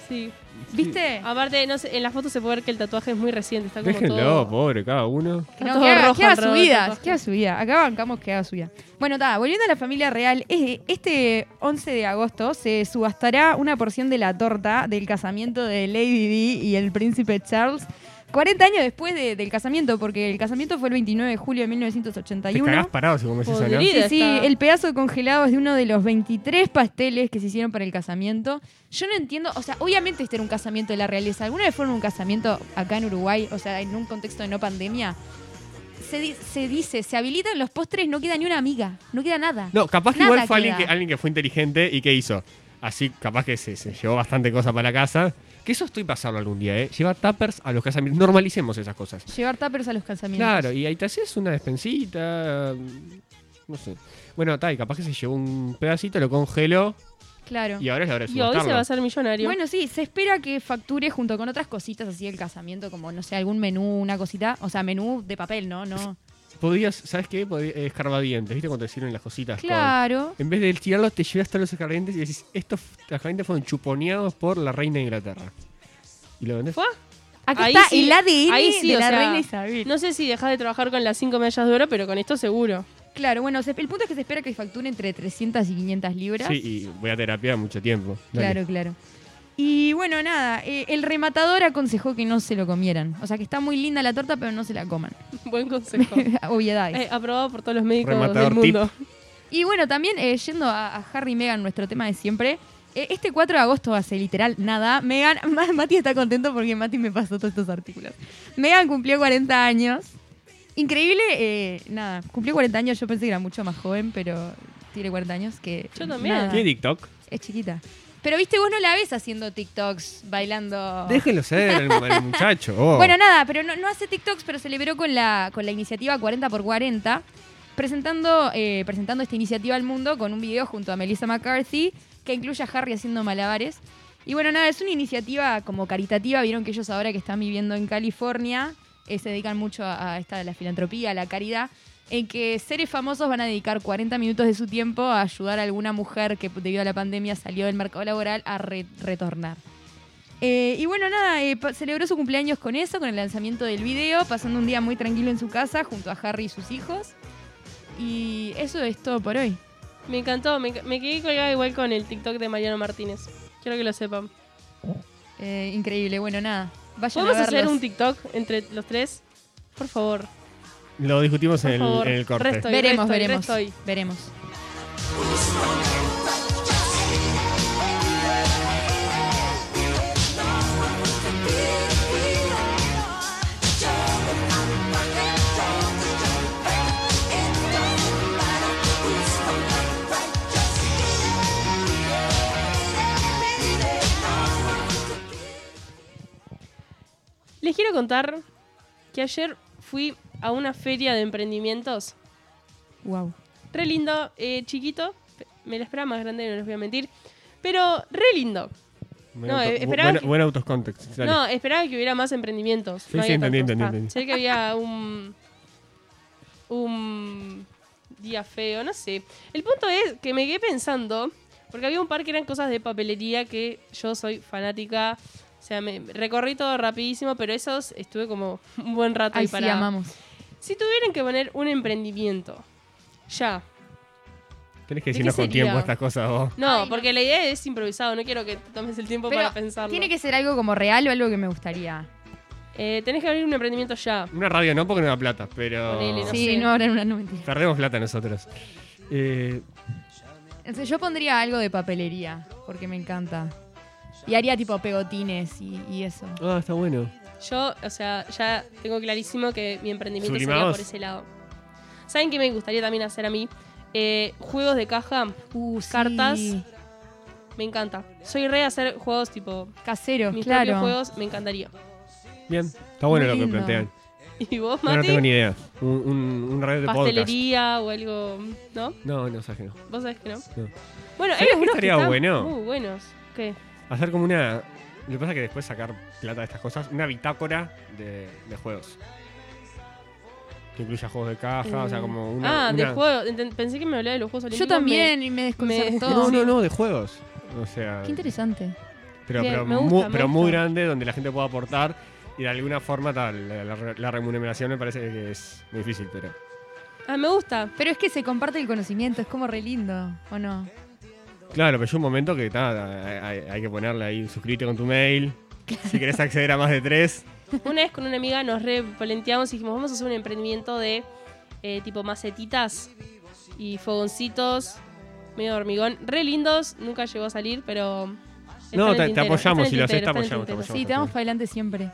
S3: Sí.
S4: ¿Viste?
S3: Aparte, no sé, en la foto se puede ver que el tatuaje es muy reciente. Está como
S2: Déjenlo,
S3: todo.
S2: pobre, cada uno.
S4: Que no,
S3: todo
S4: que haga,
S3: rojo
S4: que haga
S3: alrededor
S4: su
S3: del
S4: vida,
S3: tatuaje.
S4: que haga su vida. Acá bancamos que haga su vida. Bueno, ta, volviendo a la familia real, eh, este 11 de agosto se subastará una porción de la torta del casamiento de Lady Di y el príncipe Charles. 40 años después de- del casamiento, porque el casamiento fue el 29 de julio de
S2: Te cagás
S4: 1981.
S2: parado si comes eso, ¿no?
S3: Podrido.
S4: Sí, sí,
S3: Está-
S4: el pedazo congelado es de uno de los 23 pasteles que se hicieron para el casamiento. Yo no entiendo, o sea, obviamente este era un casamiento de la realeza. ¿Alguna vez fueron un casamiento acá en Uruguay, o sea, en un contexto de no pandemia? Se, di- se dice, se habilitan los postres, no queda ni una amiga, no queda nada.
S2: No, capaz que
S4: Nada
S2: igual fue alguien que,
S4: queda.
S2: alguien que fue inteligente y que hizo. Así, capaz que se, se llevó bastante cosa para la casa. Que eso estoy pasando algún día, ¿eh? Llevar tappers a los casamientos. Normalicemos esas cosas.
S4: Llevar tuppers a los casamientos.
S2: Claro, y ahí te haces una despensita. mm, No sé. Bueno, tal, capaz que se llevó un pedacito, lo congeló
S4: Claro.
S2: y ahora es la hora de
S3: Y hoy se
S2: subastarlo.
S3: va a hacer millonario.
S4: Bueno, sí, se espera que facture junto con otras cositas así el casamiento, como, no sé, algún menú, una cosita, o sea, menú de papel, ¿no? no
S2: Podías, ¿sabes qué? Podías, eh, escarbadientes, ¿viste? Cuando te sirven las cositas. con-
S4: Claro.
S2: en vez de tirarlos, te llevas hasta los escarbadientes y decís, estos escarbadientes fueron chuponeados por la reina de Inglaterra. ¿Y lo vendés?
S3: Fue
S4: Aquí
S3: Ahí
S4: está
S3: sí,
S4: el ADN
S3: ahí sí,
S4: de
S3: o
S4: la
S3: sea,
S4: reina Isabel.
S3: No sé si dejás de trabajar con las cinco medallas de oro, pero con esto seguro.
S4: Claro, bueno, se- el punto es que se espera que facture entre 300 y 500 libras.
S2: Sí, y voy a terapia mucho tiempo. Dale.
S4: claro, claro. Y bueno, nada, eh, el rematador aconsejó que no se lo comieran. O sea, que está muy linda la torta, pero no se la coman.
S3: Buen consejo.
S4: Obviedades.
S3: Eh, aprobado por todos los médicos
S2: Rematador
S3: del mundo.
S4: Y bueno, también eh, yendo a, a Harry y Meghan, nuestro tema de siempre. eh, este 4 de agosto hace literal nada. Meghan, Ma- Mati está contento porque Mati me pasó todos estos artículos. Meghan cumplió 40 años. Increíble, eh, nada, cumplió 40 años. Yo pensé que era mucho más joven, pero tiene 40 años que.
S3: Yo también.
S4: nada,
S2: ¿Tiene TikTok?
S4: es chiquita. Pero viste, vos no la ves haciendo TikToks, bailando.
S2: Déjenlo ser, el, el muchacho. oh.
S4: Bueno, nada, pero no, no hace TikToks, pero celebró con la, con la iniciativa 40x40, presentando, eh, presentando esta iniciativa al mundo con un video junto a Melissa McCarthy, que incluye a Harry haciendo malabares. Y bueno, nada, es una iniciativa como caritativa. Vieron que ellos ahora que están viviendo en California eh, se dedican mucho a, a esta, a la filantropía, a la caridad, en que seres famosos van a dedicar 40 minutos de su tiempo a ayudar a alguna mujer que debido a la pandemia salió del mercado laboral a re- retornar. Eh, y bueno, nada, eh, pa- celebró su cumpleaños con eso, con el lanzamiento del video, pasando un día muy tranquilo en su casa junto a Harry y sus hijos. Y eso es todo por hoy.
S3: Me encantó, me, enc- me quedé colgada igual con el TikTok de Mariano Martínez. Quiero que lo sepan.
S4: Eh, increíble, bueno, nada. Vayan
S3: ¿Podemos
S4: a
S3: hacer
S4: verlos.
S3: un TikTok entre los tres? Por favor.
S2: Lo discutimos
S3: Por
S2: en el,
S3: favor,
S2: en el corte.
S3: resto.
S4: Veremos,
S3: Resto,
S4: veremos.
S3: resto ahí.
S4: Veremos.
S3: Les quiero contar que ayer fui a una feria de emprendimientos
S4: Wow.
S3: Re lindo, eh, chiquito. Me la esperaba más grande, no les voy a mentir. Pero re lindo.
S2: Buen
S3: No,
S2: auto-
S3: eh,
S2: bu-
S3: esperaba
S2: buen,
S3: que-
S2: buen autos context. Dale.
S3: No, esperaba que hubiera más emprendimientos.
S2: Sí,
S3: no
S2: sí,
S3: había
S2: entendí,
S3: tantos.
S2: entendí,
S3: Ah,
S2: entendí.
S3: sé que había un. un día feo, no sé. El punto es que me quedé pensando, porque había un par que eran cosas de papelería que yo soy fanática. O sea, me recorrí todo rapidísimo, pero esos estuve como un buen rato
S4: Ahí
S3: ahí
S4: sí,
S3: parada.
S4: amamos.
S3: Si tuvieran que poner un emprendimiento, ya,
S2: Tenés que
S3: ¿de qué
S2: decirnos con
S3: sería?
S2: tiempo estas cosas vos.
S3: No,
S4: Ay, no.
S3: porque la idea es improvisado, no quiero que te tomes el tiempo
S4: Pero
S3: para pensarlo.
S4: tiene que ser algo como real o algo que me gustaría.
S3: Eh, tenés que abrir un emprendimiento ya.
S2: Una radio no porque no da plata, pero.
S3: Ponele, No
S4: sí,
S3: sé.
S4: no habrá una no mentira.
S2: Perdemos plata nosotros. Eh,
S4: Entonces, yo pondría algo de papelería, porque me encanta. Y haría tipo pegotines y, y eso.
S2: ah, está bueno.
S3: Yo, o sea, ya tengo clarísimo que mi emprendimiento sería
S2: Sublimados.
S3: por ese lado. ¿Saben qué me gustaría también hacer a mí? Eh, juegos de caja,
S4: Uh, sí.
S3: Cartas. me encanta. Soy re de hacer juegos tipo
S4: Caseros,
S3: mis
S4: claro.
S3: propios juegos, me encantaría.
S2: Bien, está bueno
S4: Muy
S2: lo que
S4: lindo.
S2: plantean.
S3: ¿Y vos,
S2: No, no
S3: Mati?
S2: tengo ni idea. Un, un, un radio de podcast.
S3: Pastelería o algo, ¿no?
S2: No, no, sabes que no.
S3: ¿Vos sabés que no?
S2: No.
S3: Bueno, hay
S2: ¿Sabés qué
S3: algunos que
S2: estaría
S3: están
S2: bueno?
S3: muy buenos. ¿Qué?
S2: Hacer como una. Lo que pasa es que después sacar plata de estas cosas, una bitácora de, de juegos. Que incluya juegos de caja, o sea, como una.
S3: ah, de
S2: una-
S3: juegos. Enten- Pensé que me hablaba de los Juegos Olímpicos.
S4: Yo
S3: me-
S4: también, y me desconcertó.
S2: No, no, no, de juegos. O sea.
S4: Qué interesante.
S2: Pero,
S3: Bien,
S2: pero,
S3: me gusta,
S2: mu-
S3: me
S2: pero muy
S3: gusta.
S2: grande, donde la gente pueda aportar y de alguna forma tal, la, la re- la remuneración me parece que es muy difícil, pero...
S3: Ah, me gusta.
S4: Pero es que se comparte el conocimiento, es como re lindo, ¿o no?
S2: Claro, pero es un momento que ta, hay, hay que ponerle ahí, suscríbete con tu mail. Si querés acceder a más de tres,
S3: Una vez con una amiga nos repolenteamos y dijimos, vamos a hacer un emprendimiento de eh, tipo macetitas y fogoncitos, medio de hormigón, re lindos, nunca llegó a salir, pero... está
S2: No,
S3: en el
S2: te- te
S3: tintero,
S2: apoyamos,
S3: está en el
S2: si lo
S3: tintero,
S2: haces, te
S3: está en el
S2: apoyamos, te
S3: tintero.
S2: apoyamos.
S4: Sí, te vamos para adelante siempre.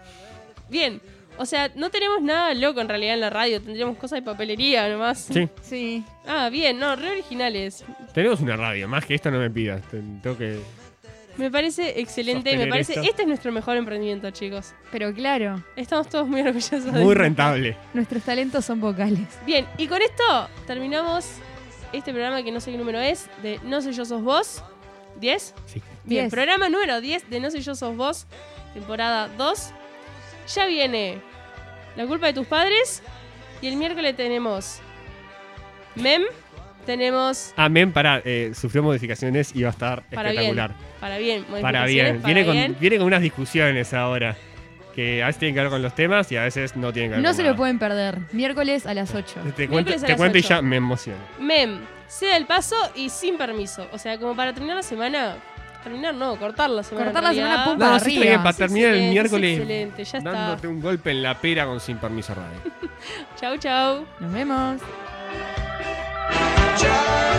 S3: Bien, o sea, no tenemos nada loco en realidad en la radio, tendríamos cosas de papelería nomás.
S2: sí.
S4: Sí.
S3: Ah, bien, no, re originales.
S2: Tenemos una radio, más que esto no me pidas. te- Tengo que...
S3: Me parece excelente, me
S2: Sostener
S3: parece...
S2: esto.
S3: Este es nuestro mejor emprendimiento, chicos.
S4: Pero claro,
S3: Estamos todos muy orgullosos de
S2: Muy
S3: él.
S2: rentable.
S4: nuestros talentos son vocales.
S3: Bien, y con esto terminamos este programa que no sé qué número es, de No sé yo sos vos. ¿10?
S2: Sí.
S3: Bien,
S4: Diez.
S3: programa número 10 de No sé yo sos vos, temporada 2. Ya viene La culpa de tus padres y el miércoles tenemos Mem, tenemos
S2: Amén, para sufrió modificaciones y va a estar
S3: Para bien,
S2: espectacular.
S3: para bien,
S2: Para
S3: modificaciones,
S2: bien.
S3: para
S2: viene,
S3: bien.
S2: Con, viene con unas discusiones ahora. Que a veces tienen que ver con los temas y a veces no tienen que ver
S4: No
S2: con
S4: se lo
S2: nada.
S4: pueden perder. Miércoles a las 8.
S2: Te cuento,
S3: Miércoles a
S2: te
S3: las
S2: cuento y
S3: ocho.
S2: ya me emociono.
S3: Mem, sea el paso y sin permiso. O sea, como para terminar la semana. Terminar no, cortar la semana.
S4: Cortar
S3: en
S4: la
S3: realidad.
S4: semana, pum,
S2: No, sí,
S4: Para
S2: está
S4: arriba.
S2: bien, para
S3: Es
S2: terminar el
S3: excelente, es
S2: miércoles
S3: Excelente, ya está.
S2: dándote un golpe en la pera con sin permiso radio.
S3: Chau, chau.
S4: Nos vemos.
S5: Just